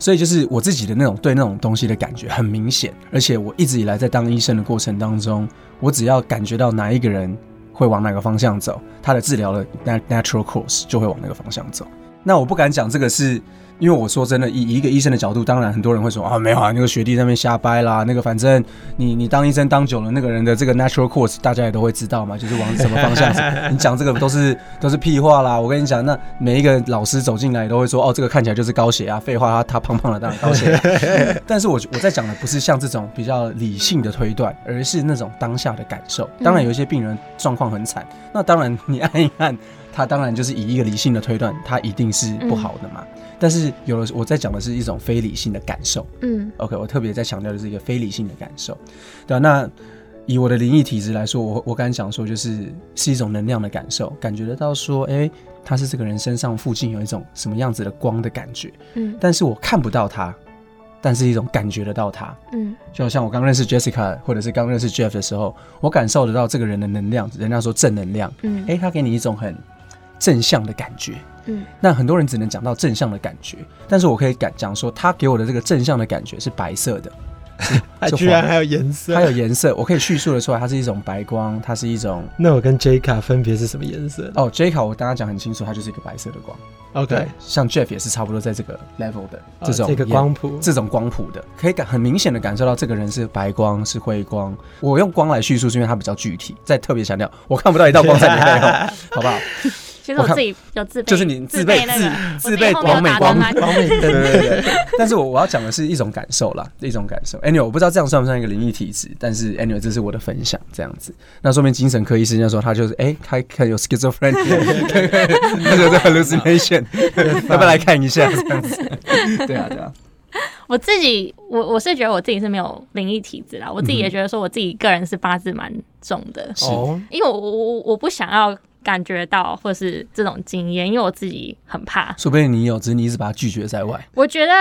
Speaker 2: 所以就是我自己的那种对那种东西的感觉很明显，而且我一直以来在当医生的过程当中，我只要感觉到哪一个人会往哪个方向走，他的治疗的 nat- natural course 就会往那个方向走。那我不敢讲这个是因为我说真的，以以一个医生的角度，当然很多人会说啊，没有啊，那个学弟在那边瞎掰啦，那个反正你你当医生当久了，那个人的这个 natural course 大家也都会知道嘛，就是往什么方向走。你讲这个都是都是屁话啦！我跟你讲，那每一个老师走进来都会说，哦，这个看起来就是高血压，废话，他他胖胖的当然高血压。但是我我在讲的不是像这种比较理性的推断，而是那种当下的感受。当然有一些病人状况很惨，那当然你按一按，他当然就是以一个理性的推断，他一定是不好的嘛。但是有的我在讲的是一种非理性的感受。
Speaker 3: 嗯
Speaker 2: OK，我特别在强调的是一个非理性的感受，对啊，那以我的灵异体质来说，我我敢讲说，就是是一种能量的感受，感觉得到说，哎、他是这个人身上附近有一种什么样子的光的感觉，
Speaker 3: 嗯
Speaker 2: 但是我看不到他，但是一种感觉得到他，
Speaker 3: 嗯
Speaker 2: 就好像我刚认识 Jessica 或者是刚认识 Jeff 的时候，我感受得到这个人的能量，人家说正能量，
Speaker 3: 嗯
Speaker 2: 哎、他给你一种很正向的感觉。
Speaker 3: 嗯，
Speaker 2: 那很多人只能讲到正向的感觉，但是我可以敢讲说，他给我的这个正向的感觉是白色的，
Speaker 4: 它
Speaker 2: 就
Speaker 4: 居然
Speaker 2: 黄
Speaker 4: 还有颜色，
Speaker 2: 它有颜色，我可以叙述的出来，它是一种白光，它是一种
Speaker 4: 那我跟 J 卡分别是什么颜色
Speaker 2: 哦 J 卡我刚刚讲很清楚，它就是一个白色的光。
Speaker 4: ？OK，
Speaker 2: 像 Jeff 也是差不多在这个 level 的
Speaker 4: 哦
Speaker 2: 这种
Speaker 4: 这个
Speaker 2: 颜
Speaker 4: 光谱
Speaker 2: 这种光谱的，可以感很明显的感受到这个人是白光，是灰光。我用光来叙述，是因为它比较具体。再特别强调，我看不到一道光在你背 后，好不好？
Speaker 3: 其实我
Speaker 2: 我看
Speaker 3: 自己有自备，
Speaker 2: 就是你
Speaker 3: 自
Speaker 2: 自备
Speaker 3: 那个
Speaker 2: 自自备
Speaker 3: 广
Speaker 2: 广美光
Speaker 4: 光美灯，
Speaker 2: 但是我我要讲的是一种感受啦，一种感受。Anyway，我不知道这样算不算一个灵异体质，但是 Anyway，这是我的分享，这样子。那说明精神科医生那时候他就是，哎、他可能有 schizophrenia，对对对那时候在 hallucination，要 不要来看一下？这样子，对啊，对啊，
Speaker 3: 我自己，我我是觉得我自己是没有灵异体质啦，我自己也觉得说我自己个人是八字蛮重的，
Speaker 2: 嗯是
Speaker 4: 哦，
Speaker 3: 因为我我我我不想要。感觉到或是这种经验，因为我自己很怕。
Speaker 2: 说不定你有，只是你一直把它拒绝在外。
Speaker 3: 我觉得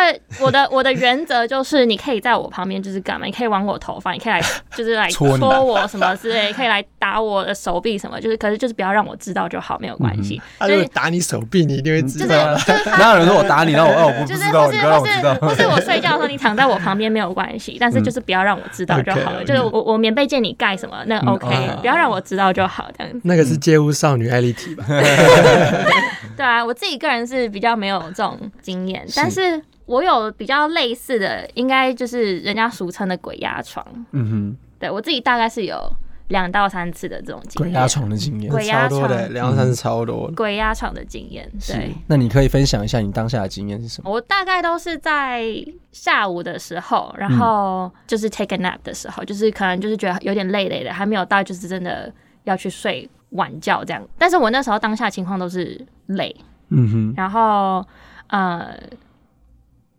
Speaker 3: 我 的我的原则就是，你可以在我旁边就是干嘛，你可以玩我头发，你可以来就是来
Speaker 2: 戳你
Speaker 3: 戳我什么之类，可以来打我的手臂什么，就是可是就是不要让我知道就好，没有关
Speaker 2: 嗯
Speaker 3: 系。
Speaker 4: 他如
Speaker 3: 啊就
Speaker 4: 果
Speaker 3: 是
Speaker 4: 打你手臂，你一定会知
Speaker 3: 就是
Speaker 4: 道。
Speaker 2: 啊 哪有人说我打你，然后我哦我不
Speaker 3: 就是
Speaker 2: 知道，
Speaker 3: 或
Speaker 2: 你
Speaker 3: 是
Speaker 2: 不要让我
Speaker 3: 或
Speaker 2: 知
Speaker 3: 是
Speaker 2: 道。 嗯
Speaker 3: 或是我睡觉的时候你躺在我旁边没有关系，但是就是不要让我知道就好了。
Speaker 4: OK，OK
Speaker 3: 就是我我棉被借你盖什么，那
Speaker 2: 嗯
Speaker 3: OK，、
Speaker 2: 啊
Speaker 4: 哦
Speaker 3: 不要让我知道就好，这样子。
Speaker 4: 那个是街舞少女艾丽缇吧？
Speaker 3: 对啊，我自己个人是比较没有这种经验，但是我有比较类似的，应该就是人家俗称的鬼压床。
Speaker 2: 嗯
Speaker 3: 对我自己大概是有两到三次的这种
Speaker 2: 哼，鬼
Speaker 3: 经
Speaker 2: 压
Speaker 3: 验，
Speaker 2: 床的经验。
Speaker 3: 鬼压
Speaker 4: 超多的，
Speaker 3: 床
Speaker 4: 两三是超多的。
Speaker 3: 鬼压床的经验。对，
Speaker 2: 那你可以分享一下你当下的经验是什么？
Speaker 3: 我大概都是在下午的时候，然后就是 take a nap 的时候，就是可能就是觉得有点累累的，还没有到就是真的要去睡晚觉这样。但是我那时候当下情况都是累，
Speaker 2: 嗯
Speaker 3: 然后呃，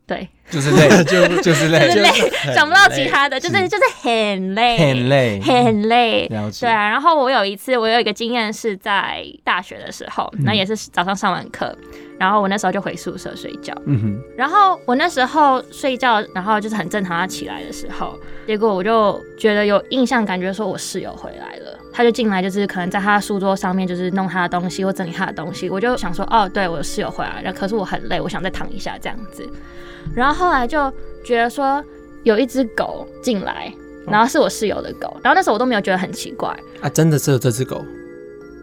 Speaker 3: 对，
Speaker 2: 哼，就是 累，就就是
Speaker 3: 就是
Speaker 2: 累，
Speaker 3: 累，想不到
Speaker 4: 累
Speaker 3: 其他的，就是就是很累，
Speaker 2: 很累，
Speaker 3: 很累。
Speaker 2: 了解。
Speaker 3: 对啊，然后我有一次，我有一个经验是在大学的时候，那也是早上上完课，然后我那时候就回宿舍睡觉，
Speaker 2: 嗯哼，
Speaker 3: 然后我那时候睡觉，然后就是很正常要起来的时候，结果我就觉得有印象，感觉说我室友回来了，他就进来，就是可能在他的书桌上面就是弄他的东西或整理他的东西，我就想说，哦，对我室友回来了，可是我很累，我想再躺一下这样子。然后后来就觉得说有一只狗进来，然后是我室友的狗，然后那时候我都没有觉得很奇怪，
Speaker 4: 啊，真的只有这只狗。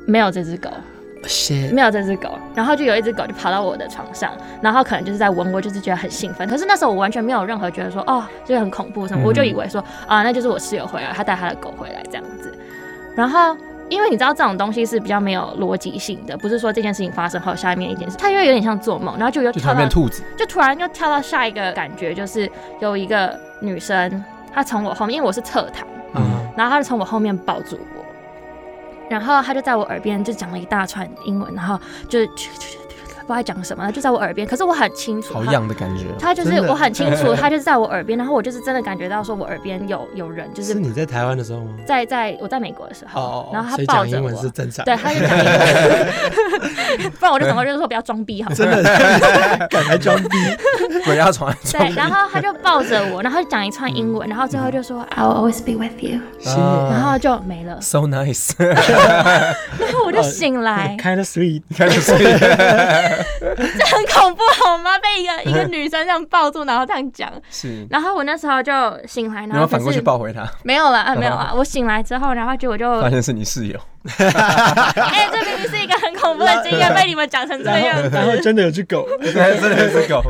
Speaker 3: 没有这只狗，
Speaker 4: 谢
Speaker 3: 没有这只狗，然后就有一只狗就跑到我的床上，然后可能就是在闻我，就是觉得很兴奋。可是那时候我完全没有任何觉得说哦，就是很恐怖什么，
Speaker 2: 嗯
Speaker 3: 我就以为说啊，那就是我室友回来，他带他的狗回来这样子。然后因为你知道这种东西是比较没有逻辑性的，不是说这件事情发生后下面一件事，它因为有点像做梦，然后就又
Speaker 2: 就
Speaker 3: 跳
Speaker 2: 旁
Speaker 3: 到
Speaker 2: 边兔子，
Speaker 3: 就突然又跳到下一个感觉，就是有一个女生，她从我后面，因为我是侧躺。
Speaker 2: 嗯
Speaker 4: 啊，
Speaker 3: 然后他就从我后面抱住我，然后他就在我耳边就讲了一大串英文，然后就不知道在讲什么，就在我耳边，可是我很清楚
Speaker 2: 好
Speaker 3: 他。
Speaker 2: 样的感觉。
Speaker 3: 他就是
Speaker 4: 真的
Speaker 3: 我很清 楚，他就是在我耳边，然后我就是真的感觉到说，我耳边有有人，就是是
Speaker 4: 你在台湾的时候吗？
Speaker 3: 在在我在美国的时候，
Speaker 4: 哦，
Speaker 3: 然后
Speaker 4: 所
Speaker 3: 他
Speaker 4: 以
Speaker 3: 抱
Speaker 4: 讲
Speaker 3: 着
Speaker 4: 英
Speaker 3: 我，
Speaker 4: 文是正常。
Speaker 3: 对，，他就讲英文， 不然我就怎么就是说不要装逼好吗？
Speaker 4: 真的 敢来装逼。
Speaker 2: 鬼压床，
Speaker 3: 对，然后他就抱着我，然后就讲一串英
Speaker 4: 嗯
Speaker 3: 文，然后最后就说 I'll always be with you，
Speaker 4: 哦
Speaker 2: 啊
Speaker 3: 然后就没了，
Speaker 2: so nice，
Speaker 4: 嗯
Speaker 3: 然 后我
Speaker 4: 哦
Speaker 3: 就醒来，
Speaker 4: Kind of sweet，
Speaker 2: 开始睡了
Speaker 3: 很恐怖好吗？被一 个一个女生这样抱住，然后这样讲。
Speaker 2: 是。
Speaker 3: 然后我那时候就醒来，
Speaker 2: 你
Speaker 3: 然
Speaker 2: 要
Speaker 3: 后
Speaker 2: 反
Speaker 3: 可
Speaker 2: 过去
Speaker 3: 是
Speaker 2: 抱回他，
Speaker 3: 没有了啊，没有啊。我醒来之后，然后结果就，
Speaker 2: 发现是你室 友，
Speaker 3: 哎，这明明是一个很恐怖的经验，被你们讲成这
Speaker 4: 然
Speaker 3: 样
Speaker 4: 后然后真的有只 狗，
Speaker 2: 真的是狗，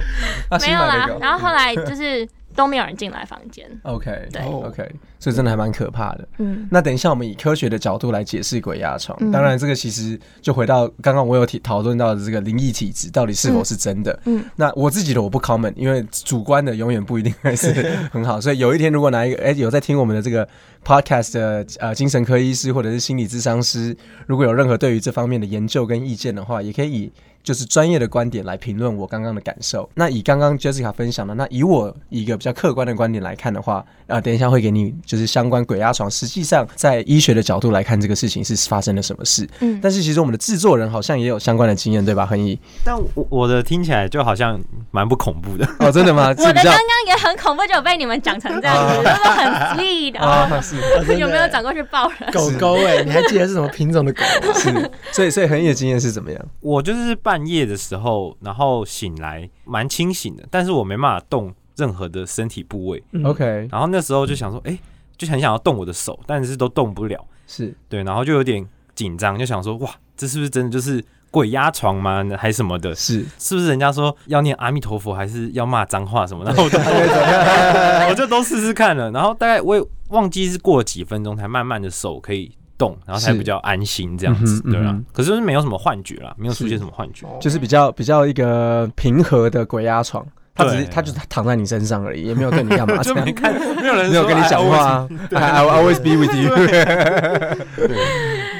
Speaker 2: 他
Speaker 3: 没
Speaker 2: 新
Speaker 3: 有
Speaker 2: 买
Speaker 3: 啦
Speaker 2: 的。狗。
Speaker 3: 然后后来就是都没有人进来房间，
Speaker 2: OK，
Speaker 3: 对
Speaker 2: OK，所以真的还蛮可怕的。
Speaker 3: 嗯，
Speaker 2: 那等一下，我们以科学的角度来解释鬼压床。当然，这个其实就回到刚刚我有提讨论到的这个灵异体质到底是否是真的。
Speaker 3: 嗯嗯
Speaker 2: 那我自己的我不 comment，因为主观的永远不一定会是很好。所以有一天，如果哪一个哎、有在听我们的这个 podcast 的呃精神科医师或者是心理咨商师，如果有任何对于这方面的研究跟意见的话，也可以以就是专业的观点来评论我刚刚的感受。那以刚刚 Jessica 分享的，那以我一个比较客观的观点来看的话，啊，等一下会给你就是相关鬼压床，实际上在医学的角度来看这个事情是发生了什么事。
Speaker 3: 嗯
Speaker 2: 但是其实我们的制作人好像也有相关的经验，对吧？恒 毅，
Speaker 1: 但我我的听起来就好像蛮不恐怖的。
Speaker 2: 哦，真的吗？是
Speaker 3: 我
Speaker 2: 比
Speaker 3: 的
Speaker 2: 较
Speaker 3: 刚刚也很恐怖，就被你们讲成这样子，真的很 sweet 啊。
Speaker 2: 啊，是
Speaker 3: 有没有转过去抱人？
Speaker 4: 狗狗？哎，你还记得是什么品种的狗 吗？
Speaker 2: 是，所以所以恒毅的经验是怎么样？
Speaker 1: 我就是半夜的时候，然后醒来蛮清醒的，但是我没办法动任何的身体部位。
Speaker 4: 嗯
Speaker 2: OK，
Speaker 1: 然后那时候就想说，哎、就很想要动我的手，但是都动不了。
Speaker 2: 是
Speaker 1: 对，然后就有点紧张，就想说，哇，这是不是真的就是鬼压床吗？还什么的？
Speaker 2: 是，
Speaker 1: 是不是人家说要念阿弥陀佛，还是要骂脏话什么？然后我就 我就都试试看了，然后大概我也忘记是过了几分钟才慢慢的手可以动，然后才
Speaker 2: 是
Speaker 1: 比较安心这样子
Speaker 2: 嗯，哼哦
Speaker 1: 对啊
Speaker 2: 嗯哼。
Speaker 1: 可是就是没有什么幻觉啦，没有出
Speaker 2: 是
Speaker 1: 现什么幻
Speaker 3: 哦
Speaker 1: 觉。
Speaker 2: 就是比较比较一个平和的鬼压床，他只是
Speaker 1: 对
Speaker 2: 他就是躺在你身上而已，也没有跟你干嘛，这
Speaker 1: 就
Speaker 2: 样
Speaker 1: 没看，没有人
Speaker 2: 没有
Speaker 1: 说
Speaker 2: 跟你
Speaker 1: 哎
Speaker 2: 讲
Speaker 1: 我
Speaker 2: 话啊，I I will always be with you。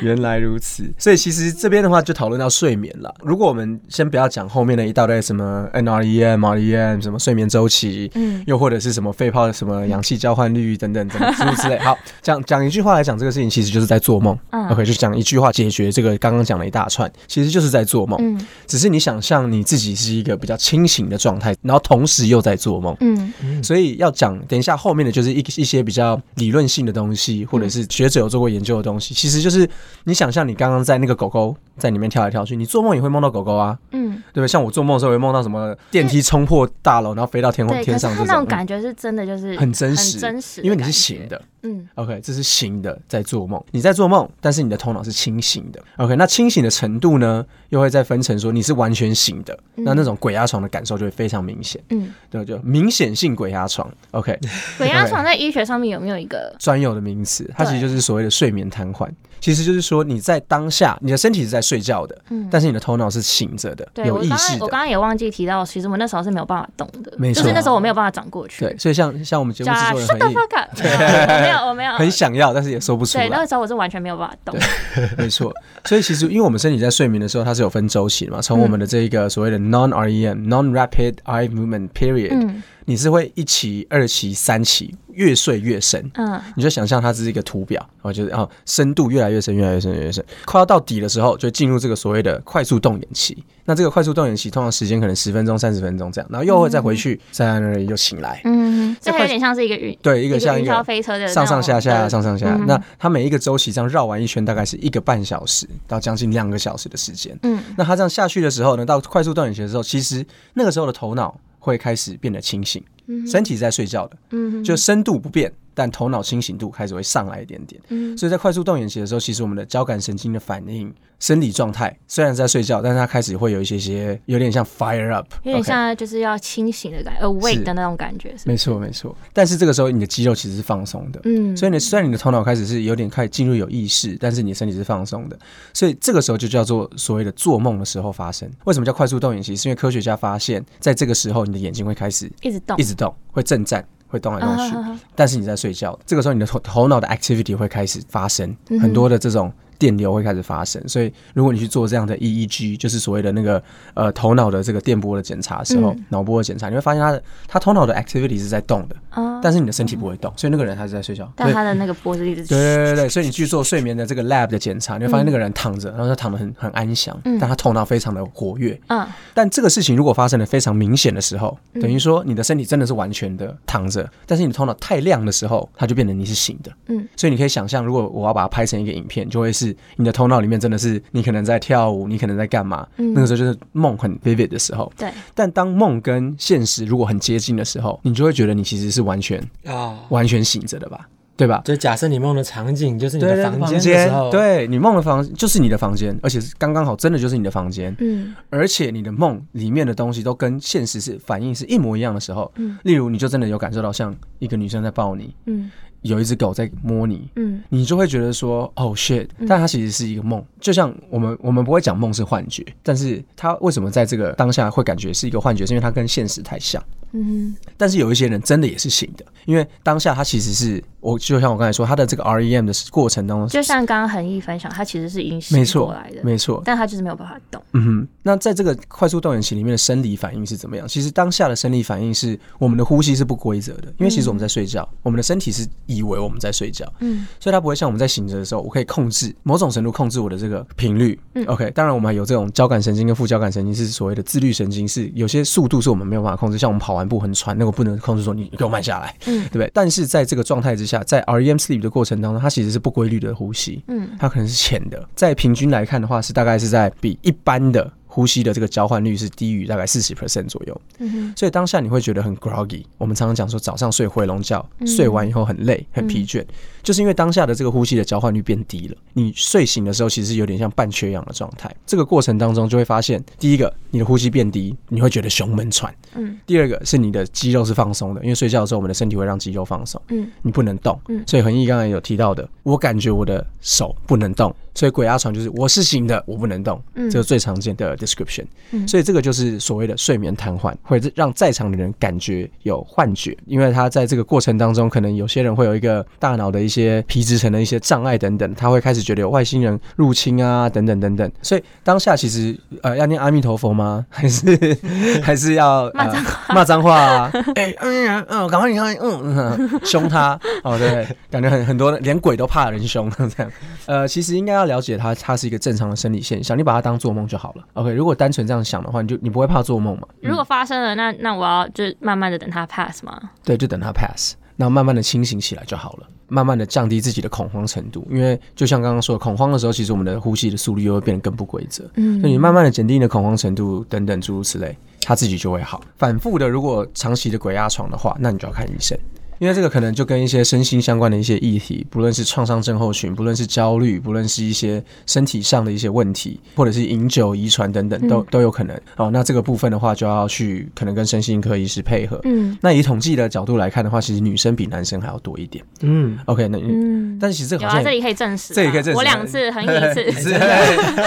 Speaker 2: 原来如此，所以其实这边的话就讨论到睡眠了。如果我们先不要讲后面那一大堆什么 E NREM、REM 什么睡眠周期，
Speaker 3: 嗯
Speaker 2: 又或者是什么肺泡的什么氧气交换率等等等等诸如此类。好，讲讲一句话来讲这个事情，其实就是在做梦。
Speaker 3: 嗯
Speaker 2: OK，就讲一句话解决这个刚刚讲的一大串，其实就是在做梦。
Speaker 3: 嗯
Speaker 2: 只是你想象你自己是一个比较清醒的状态，然后同时又在做梦。
Speaker 3: 嗯
Speaker 2: 所以要讲，等一下后面的就是一一些比较理论性的东西，或者是学者有做过研究的东西。其实就是你想象你刚刚在那个狗狗在里面跳来跳去，你做梦也会梦到狗狗啊，
Speaker 3: 嗯，
Speaker 2: 对不对？像我做梦的时候会梦到什么电梯冲破大楼，然后飞到天空
Speaker 3: 对。可
Speaker 2: 天
Speaker 3: 是
Speaker 2: 上
Speaker 3: 他
Speaker 2: 这
Speaker 3: 那种
Speaker 2: 种，嗯
Speaker 3: 感觉是真的，就是
Speaker 2: 很真实，
Speaker 3: 很真实的
Speaker 2: 因为你是
Speaker 3: 感觉
Speaker 2: 醒的。
Speaker 3: 嗯
Speaker 2: OK，这是醒的，在做梦。你在做梦，但是你的头脑是清醒的。OK，那清醒的程度呢，又会再分成说你是完全醒的，
Speaker 3: 嗯
Speaker 2: 那那种鬼压床的感受就会非常明显，
Speaker 3: 嗯。
Speaker 2: 对，就明显性鬼压床。OK，
Speaker 3: 鬼压床在医学上面有没有一个？
Speaker 2: 专有的名词，它
Speaker 3: 对
Speaker 2: 其实就是所谓的睡眠瘫痪。其实就是说你在当下，你的身体是在睡觉的，
Speaker 3: 嗯
Speaker 2: 但是你的头脑是醒着的，
Speaker 3: 对
Speaker 2: 有
Speaker 3: 我
Speaker 2: 意
Speaker 3: 刚
Speaker 2: 识
Speaker 3: 刚我
Speaker 2: 的。
Speaker 3: 刚刚也忘记提到，其实我那时候是没有办法动的，
Speaker 2: 没错
Speaker 3: 就是那时候我没有办法转过去。
Speaker 2: 对，，所以像像我们节目
Speaker 3: 叫
Speaker 2: 制
Speaker 3: 他
Speaker 2: 作人
Speaker 3: shut
Speaker 2: 很
Speaker 3: the fuck up，没有我没有，我没
Speaker 2: 很
Speaker 3: 有。
Speaker 2: 想要，但是也说不出来。
Speaker 3: 对，那个时候我是完全没有办法动。
Speaker 2: 没错，所以其实因为我们身体在睡眠的时候，它是有分周
Speaker 3: 嗯
Speaker 2: 期的嘛，从我们的这一个所谓的 non REM、non rapid eye movement period，、
Speaker 3: 嗯
Speaker 2: 你是会一期、二期、三期，越睡越深。
Speaker 3: 嗯
Speaker 2: 你就想象它是一个图表，然后就是哦，深度越来越深，越来越深，越来越深，快要到底的时候，就进入这个所谓的快速动眼期。那这个快速动眼期通常时间可能十分钟、三十分钟这样，然后又会再回去，在那里又醒来。
Speaker 3: 嗯，这
Speaker 2: 这
Speaker 3: 还有点像是一个云，
Speaker 2: 对，一个像一
Speaker 3: 云
Speaker 2: 个
Speaker 3: 霄飞车的那种
Speaker 2: 上上下下，
Speaker 3: 嗯
Speaker 2: 上上下下。
Speaker 3: 嗯
Speaker 2: 那它每一个周期这样绕完一圈，大概是一个半小时到将近两个小时的时间。
Speaker 3: 嗯
Speaker 2: 那它这样下去的时候呢，到快速断眼期的时候，其实那个时候的头脑会开始变得清醒，
Speaker 3: 嗯
Speaker 2: 身体在睡觉的，
Speaker 3: 嗯
Speaker 2: 就深度不变，但头脑清醒度开始会上来一点点。
Speaker 3: 嗯
Speaker 2: 所以在快速动眼期的时候，其实我们的交感神经的反应、生理状态虽然是在睡觉，但是它开始会有一些些有点像 fire up，
Speaker 3: 有点
Speaker 2: OK
Speaker 3: 像就是要清醒的感觉，awake 的那种感觉是。
Speaker 2: 没错没错。但是这个时候你的肌肉其实是放松的，
Speaker 3: 嗯，
Speaker 2: 所以呢，虽然你的头脑开始是有点开始进入有意识，但是你的身体是放松的，所以这个时候就叫做所谓的做梦的时候发生。为什么叫快速动眼期？是因为科学家发现，在这个时候你的眼睛会开始
Speaker 3: 一直动，
Speaker 2: 一直动，会震颤，会动来动去，
Speaker 3: 啊
Speaker 2: 但是你在睡觉，这个时候你的头头脑的 activity 会开始发生
Speaker 3: 嗯哼
Speaker 2: 很多的这种。电流会开始发生，所以如果你去做这样的 EEG，就是所谓的那个呃头脑的这个电波的检查的时候
Speaker 3: 嗯，
Speaker 2: 脑、波的检查，你会发现他的他头脑的 activity 是在动的，
Speaker 3: 啊
Speaker 2: 但是你的身体不会动，所以那个人还是在睡觉。
Speaker 3: 但
Speaker 2: 对
Speaker 3: 他的那个脖子一直
Speaker 2: 对对对对，所以你去做睡眠的这个 lab 的检查，你会发现那个人躺着，然后他躺得很很安详，
Speaker 3: 嗯
Speaker 2: 但他头脑非常的活跃。
Speaker 3: 嗯
Speaker 2: 但这个事情如果发生的非常明显的时候，
Speaker 3: 嗯
Speaker 2: 等于说你的身体真的是完全的躺着，但是你的头脑太亮的时候，它就变成你是醒的。
Speaker 3: 嗯，
Speaker 2: 所以你可以想象，如果我要把它拍成一个影片，就会是你的头脑里面真的是你可能在跳舞，你可能在干嘛？
Speaker 3: 嗯
Speaker 2: 那个时候就是梦很 vivid 的时候。
Speaker 3: 对，
Speaker 2: 但当梦跟现实如果很接近的时候，你就会觉得你其实是完全
Speaker 4: 啊，
Speaker 2: 完全醒着的吧？对吧？
Speaker 4: 就假设你梦的场景就是你
Speaker 2: 对
Speaker 4: 的
Speaker 2: 对
Speaker 4: 房间的时候，，
Speaker 2: 对你梦的房就是你的房间，而且是刚刚好，真的就是你的房间，
Speaker 3: 嗯
Speaker 2: 而且你的梦里面的东西都跟现实是反应是一模一样的时候，
Speaker 3: 嗯
Speaker 2: 例如你就真的有感受到像一个女生在抱你，
Speaker 3: 嗯
Speaker 2: 有一只狗在摸你。
Speaker 3: 嗯
Speaker 2: 你就会觉得说，哦、shit，但它其实是一个梦，就像我们我们不会讲梦是幻觉，但是它为什么在这个当下会感觉是一个幻觉，是因为它跟现实太像。
Speaker 3: 嗯
Speaker 2: 但是有一些人真的也是醒的，因为当下他其实是我，就像我刚才说，他的这个 REM 的过程当中，
Speaker 3: 就像刚刚恒毅分享，他其实是已经醒
Speaker 2: 没错
Speaker 3: 过来的，
Speaker 2: 没错，
Speaker 3: 但他就是没有办法动。
Speaker 2: 嗯哼。那在这个快速动眼期里面的生理反应是怎么样？其实当下的生理反应是我们的呼吸是不规则的，因为其实我们在睡觉，我们的身体是以为我们在睡觉，
Speaker 3: 嗯
Speaker 2: 所以它不会像我们在醒着的时候，我可以控制某种程度控制我的这个频率。
Speaker 3: 嗯
Speaker 2: OK，当然我们还有这种交感神经跟副交感神经是所谓的自律神经，是有些速度是我们没有办法控制，像我们跑完步很喘，那个不能控制说你给我慢下来，
Speaker 3: 嗯
Speaker 2: 对不对？但是在这个状态之下，在 REM sleep 的过程当中，它其实是不规律的呼吸，
Speaker 3: 嗯
Speaker 2: 它可能是浅的，在平均来看的话，是大概是在比一般的。呼吸的这个交换率是低于大概四十 percent 左右，
Speaker 3: 嗯哼
Speaker 2: 所以当下你会觉得很 groggy。我们常常讲说早上睡回笼觉，
Speaker 3: 嗯
Speaker 2: 睡完以后很累、很疲倦，就是因为当下的这个呼吸的交换率变低了。你睡醒的时候其实有点像半缺氧的状态。这个过程当中就会发现，第一个你的呼吸变低，你会觉得胸闷喘；
Speaker 3: 嗯
Speaker 2: 第二个是你的肌肉是放松的，因为睡觉的时候我们的身体会让肌肉放松，
Speaker 3: 嗯
Speaker 2: 你不能动
Speaker 3: 嗯。
Speaker 2: 所以恒毅刚才有提到的，我感觉我的手不能动，所以鬼压床就是我是醒的，我不能动，
Speaker 3: 嗯
Speaker 2: 这是最常见的 description。
Speaker 3: 嗯
Speaker 2: 所以这个就是所谓的睡眠瘫痪，会让在场的人感觉有幻觉，因为他在这个过程当中，可能有些人会有一个大脑的一些皮质层的一些障碍等等，他会开始觉得有外星人入侵啊，等等等等。所以当下其实呃要念阿弥陀佛吗？ 还是 还是要
Speaker 3: 骂
Speaker 2: 呃
Speaker 3: 脏
Speaker 2: 骂脏话 啊？哎、嗯啊嗯，赶快你看嗯嗯，嗯凶他哦，对，感觉很很多人连鬼都怕人凶这样。呃，其实应该要了解它，它是一个正常的生理现象，你把它当做梦就好了。OK，如果单纯这样想的话，你就你不会怕做梦嘛？嗯
Speaker 3: 如果发生了，那那我要就是慢慢的等它 pass 吗？
Speaker 2: 对，就等它 pass，然后慢慢的清醒起来就好了，慢慢的降低自己的恐慌程度，因为就像刚刚说的，恐慌的时候，其实我们的呼吸的速率又会变得更不规则。
Speaker 3: 嗯
Speaker 2: 所以你慢慢的减低你的恐慌程度等等诸如此类，它自己就会好。反复的，如果长期的鬼压床的话，那你就要看医生。因为这个可能就跟一些身心相关的一些议题，不论是创伤症候群，不论是焦虑，不论是一些身体上的一些问题，或者是饮酒、遗传等等，都都有可能。哦，那这个部分的话，就要去可能跟身心科医师配合。
Speaker 3: 嗯
Speaker 2: 那以统计的角度来看的话，其实女生比男生还要多一点。
Speaker 4: 嗯，
Speaker 2: OK，那、
Speaker 3: 嗯，
Speaker 2: 但是其实这个
Speaker 3: 有
Speaker 2: 好像
Speaker 3: 啊，
Speaker 2: 也
Speaker 3: 这里可以证实啊，
Speaker 2: 这里可以证实啊
Speaker 3: 我两次横 一
Speaker 2: 是
Speaker 3: 次，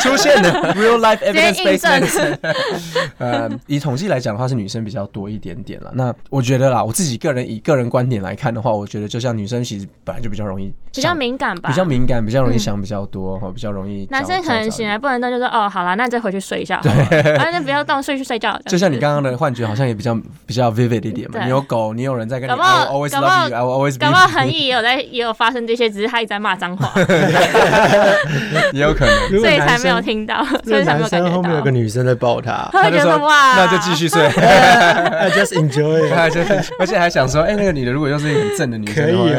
Speaker 2: 出现的 real life
Speaker 3: 接
Speaker 2: evidence
Speaker 3: 印
Speaker 2: based
Speaker 3: 证
Speaker 2: medicine。呃，以统计来讲的话，是女生比较多一点点了。那我觉得啦，我自己个人以个人观点来看的话，我觉得就像女生其实本来就比较容易
Speaker 3: 比较
Speaker 2: 想
Speaker 3: 敏感吧，
Speaker 2: 比较敏感，比较容易
Speaker 3: 嗯
Speaker 2: 想比较多，哦哈、比较容易
Speaker 3: 男
Speaker 2: 焦
Speaker 3: 生可能醒。
Speaker 2: 焦
Speaker 3: 来不能动，就说哦，好啦，那再回去睡一下好了， 啊，那不要动，睡去睡觉。
Speaker 2: 就像你刚刚的幻觉，好像也比较比较 vivid 一点嘛。
Speaker 3: 对
Speaker 2: 你有狗，你有人在跟你
Speaker 3: 搞不好
Speaker 2: I will always
Speaker 3: 搞不好
Speaker 2: love you, I will always
Speaker 3: 搞不好
Speaker 2: be，
Speaker 3: 恒毅也有在也有发生这些，只是他一直在骂脏话，
Speaker 2: 也有可能。
Speaker 4: 如
Speaker 3: 所
Speaker 4: 果
Speaker 3: 以才
Speaker 4: 男
Speaker 3: 没有
Speaker 4: 生，
Speaker 3: 听到，
Speaker 4: 如
Speaker 3: 所
Speaker 4: 果
Speaker 3: 以才没
Speaker 4: 男
Speaker 3: 有感
Speaker 4: 生后面
Speaker 3: 觉
Speaker 4: 有个
Speaker 3: 到。
Speaker 4: 女生在抱 他
Speaker 3: 他会觉
Speaker 2: 说
Speaker 3: 得哇，
Speaker 2: 那就继续睡。
Speaker 4: ，I just enjoy it。
Speaker 2: 他就而且还想说，哎、那个女的如果又是一个很正的女生的话，
Speaker 4: 可以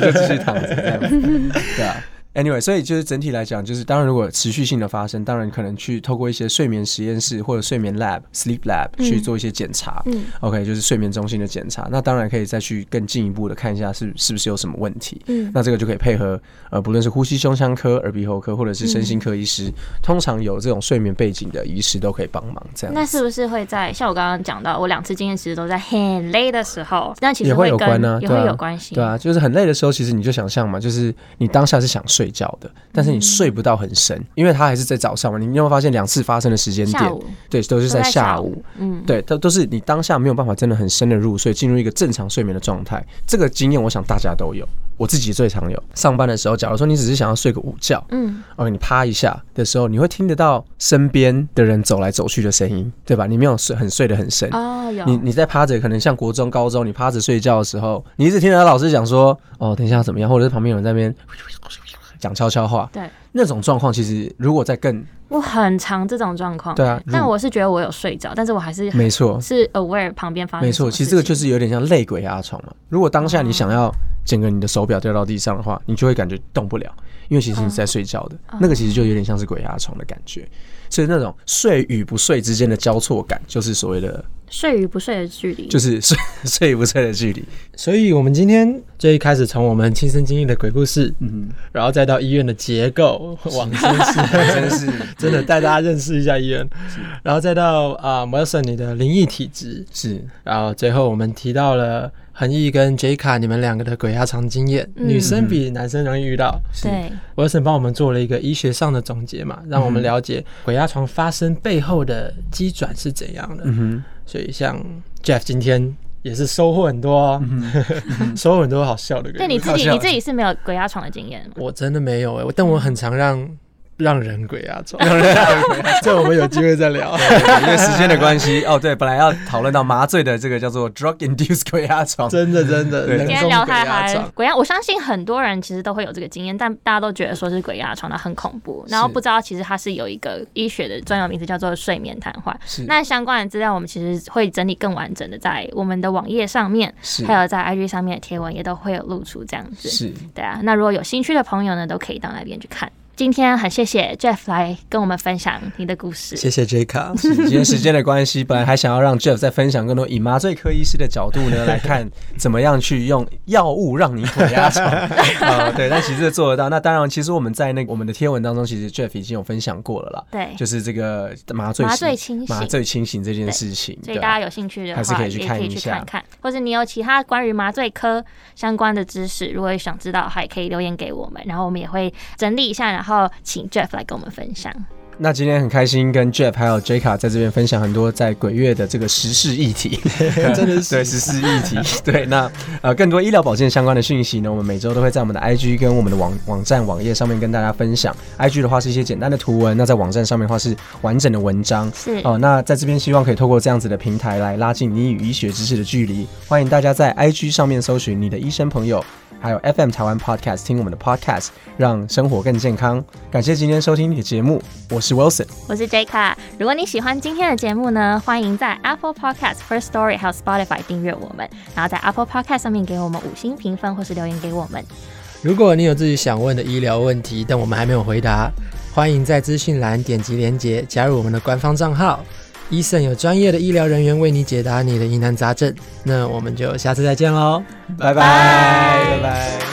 Speaker 2: 就继续躺着这样子，对啊。Anyway，所以就是整体来讲，就是当然如果持续性的发生，当然可能去透过一些睡眠实验室或者睡眠 lab、sleep lab 去做一些检查。
Speaker 3: 嗯
Speaker 2: OK，就是睡眠中心的检查。那当然可以再去更进一步的看一下是是不是有什么问题。
Speaker 3: 嗯
Speaker 2: 那这个就可以配合呃，不论是呼吸胸腔科、耳鼻喉科或者是
Speaker 3: 嗯
Speaker 2: 身心科医师，通常有这种睡眠背景的医师都可以帮忙。这样子
Speaker 3: 那是不是会在像我刚刚讲到，我两次经验其实都在很累的时候，那其实
Speaker 2: 也会有
Speaker 3: 跟
Speaker 2: 关呢、
Speaker 3: 也
Speaker 2: 对
Speaker 3: 会
Speaker 2: 啊
Speaker 3: 有关系，
Speaker 2: 对啊，就是很累的时候，其实你就想象嘛，就是你当下是想睡觉的，但是
Speaker 3: 嗯
Speaker 2: 你睡不到很深，因为它还是在早上嘛。你你有没有发现两次发生的时间
Speaker 3: 下
Speaker 2: 点
Speaker 3: 午，
Speaker 2: 对，都是
Speaker 3: 都
Speaker 2: 在
Speaker 3: 在
Speaker 2: 下
Speaker 3: 下
Speaker 2: 午。
Speaker 3: 午，嗯，
Speaker 2: 对，都都是你当下没有办法真的很深的入睡，进入一个正常睡眠的状态。这个经验我想大家都有，我自己最常有。上班的时候，假如说你只是想要睡个午觉，
Speaker 3: 嗯，
Speaker 2: 哦，你趴一下的时候，你会听得到身边的人走来走去的声音，对吧？你没有睡很睡得很深，
Speaker 3: 哦，有，
Speaker 2: 你你在趴着，可能像国中、高中，你趴着睡觉的时候，你一直听到老师讲说，哦，等一下要怎么样，或者是旁边有人在那边讲悄悄话，
Speaker 3: 对，
Speaker 2: 那种状况，其实如果在更
Speaker 3: 我很常这种状况，
Speaker 2: 对啊
Speaker 3: 但
Speaker 2: 如
Speaker 3: 我是觉得我有睡着，但是我还是
Speaker 2: 没错，
Speaker 3: 是 aware 旁边发生
Speaker 2: 没
Speaker 3: 啊什
Speaker 2: 错，
Speaker 3: 么
Speaker 2: 其实
Speaker 3: 事情，哦
Speaker 2: 这个就是有点像累鬼压床嘛。如果当下你想要整个你的手表掉到地上的话，你就会感觉动不了，因为其实你是
Speaker 3: 哦
Speaker 2: 在睡觉的，那个其实就有点像是鬼压床的感觉。所以那种睡与不睡之间的交错感，就是所谓的，
Speaker 3: 睡与不睡的距离，
Speaker 2: 就是是睡 睡与不睡的 距离。
Speaker 4: 所以，我们今天最一开始从我们亲身经历的鬼故事，嗯，然后再到医院的结构， 往生室，
Speaker 2: 真是
Speaker 4: 真的带大家认识一下医院，然后再到啊、摩 Wilson 你的灵异体质，
Speaker 2: 是
Speaker 4: 然后最后我们提到了恒毅跟 J 卡你们两个的鬼压床经验，
Speaker 3: 嗯
Speaker 4: 女生比男生容易遇到。
Speaker 3: 对，嗯
Speaker 4: Wilson 帮我们做了一个医学上的总结嘛，让我们了解鬼压床发生背后的机转是怎样的。
Speaker 2: 嗯
Speaker 4: 所以像 Jeff 今天也是收获很多、哦， 收获很多好笑的鬼故事。
Speaker 3: 对你自己
Speaker 2: 好笑
Speaker 3: 你自己是没有鬼压床的经验吗？
Speaker 4: 我真的没有哎、我但我很常让让人鬼压床， 这我们有机会再聊。
Speaker 2: 因为时间的关系，哦，对，本来要讨论到麻醉的这个叫做 drug induced 鬼压床，
Speaker 4: 真的真的，
Speaker 2: 对
Speaker 4: 人
Speaker 3: 今天
Speaker 4: 工
Speaker 3: 聊
Speaker 4: 鬼
Speaker 3: 太
Speaker 4: 压
Speaker 3: 嗨
Speaker 4: 床，，
Speaker 3: 鬼压，我相信很多人其实都会有这个经验，但大家都觉得说是鬼压床，那很恐怖，然后不知道其实它是有一个医学的专有名词叫做睡眠瘫痪。
Speaker 2: 是
Speaker 3: 那相关的资料我们其实会整理更完整的在我们的网页上面，
Speaker 2: 是
Speaker 3: 还有在 IG 上面的贴文也都会有露出这样子。
Speaker 2: 是，
Speaker 3: 对啊，那如果有兴趣的朋友呢，都可以到那边去看。今天很谢谢 Jeff 来跟我们分享你的故事。
Speaker 4: 谢谢 J 卡，
Speaker 2: 今天时间的关系，本来还想要让 Jeff 再分享更多以麻醉科医师的角度 呢，来看怎么样去用药物让你鬼压 床。呃，对，但其实做得到。那当然，其实我们在那个我们的贴文当中，其实 Jeff 已经有分享过了啦。
Speaker 3: 对
Speaker 2: 就是这个麻醉
Speaker 3: 麻
Speaker 2: 醒
Speaker 3: 醉清醒
Speaker 2: 麻醉清醒这件事情，
Speaker 3: 所
Speaker 2: 对
Speaker 3: 以大
Speaker 2: 啊
Speaker 3: 家有兴趣的
Speaker 2: 还是
Speaker 3: 话，
Speaker 2: 可以去
Speaker 3: 也
Speaker 2: 看
Speaker 3: 可
Speaker 2: 一
Speaker 3: 以去
Speaker 2: 下
Speaker 3: 看看，或者你有其他关于麻醉科相关的知识，如果有想知道的话，也可以留言给我们，然后我们也会整理一下，然然后请 Jeff 来跟我们分享。
Speaker 2: 那今天很开心跟 Jeff 还有 j a c a 在这边分享很多在鬼月的这个时事议 题，真的是对时事议题。 对，那呃更多医疗保健相关的讯息呢，我们每周都会在我们的 IG 跟我们的网网站网页上面跟大家分享。IG 的话是一些简单的图文，那在网站上面的话是完整的文章。
Speaker 3: 是
Speaker 2: 哦、那在这边希望可以透过这样子的平台来拉近你与医学知识的距离。欢迎大家在 IG 上面搜寻你的医生朋友，还有 FM 台湾 Podcast 听我们的 Podcast，让生活更健康。感谢今天收听你的节目，我是 Wilson。
Speaker 3: 我是 J.K. 如果你喜欢今天的节目呢，欢迎在 Apple Podcast、First Story 还有 Spotify 订阅我们，然后在 Apple Podcast 上面给我们五星评分或是留言给我们。
Speaker 4: 如果你有自己想问的医疗问题，但我们还没有回答，欢迎在资讯栏点击连结加入我们的官方账号。医生有专业的医疗人员为你解答你的疑难杂症。那我们就下次再见喽。
Speaker 2: 拜拜，拜拜。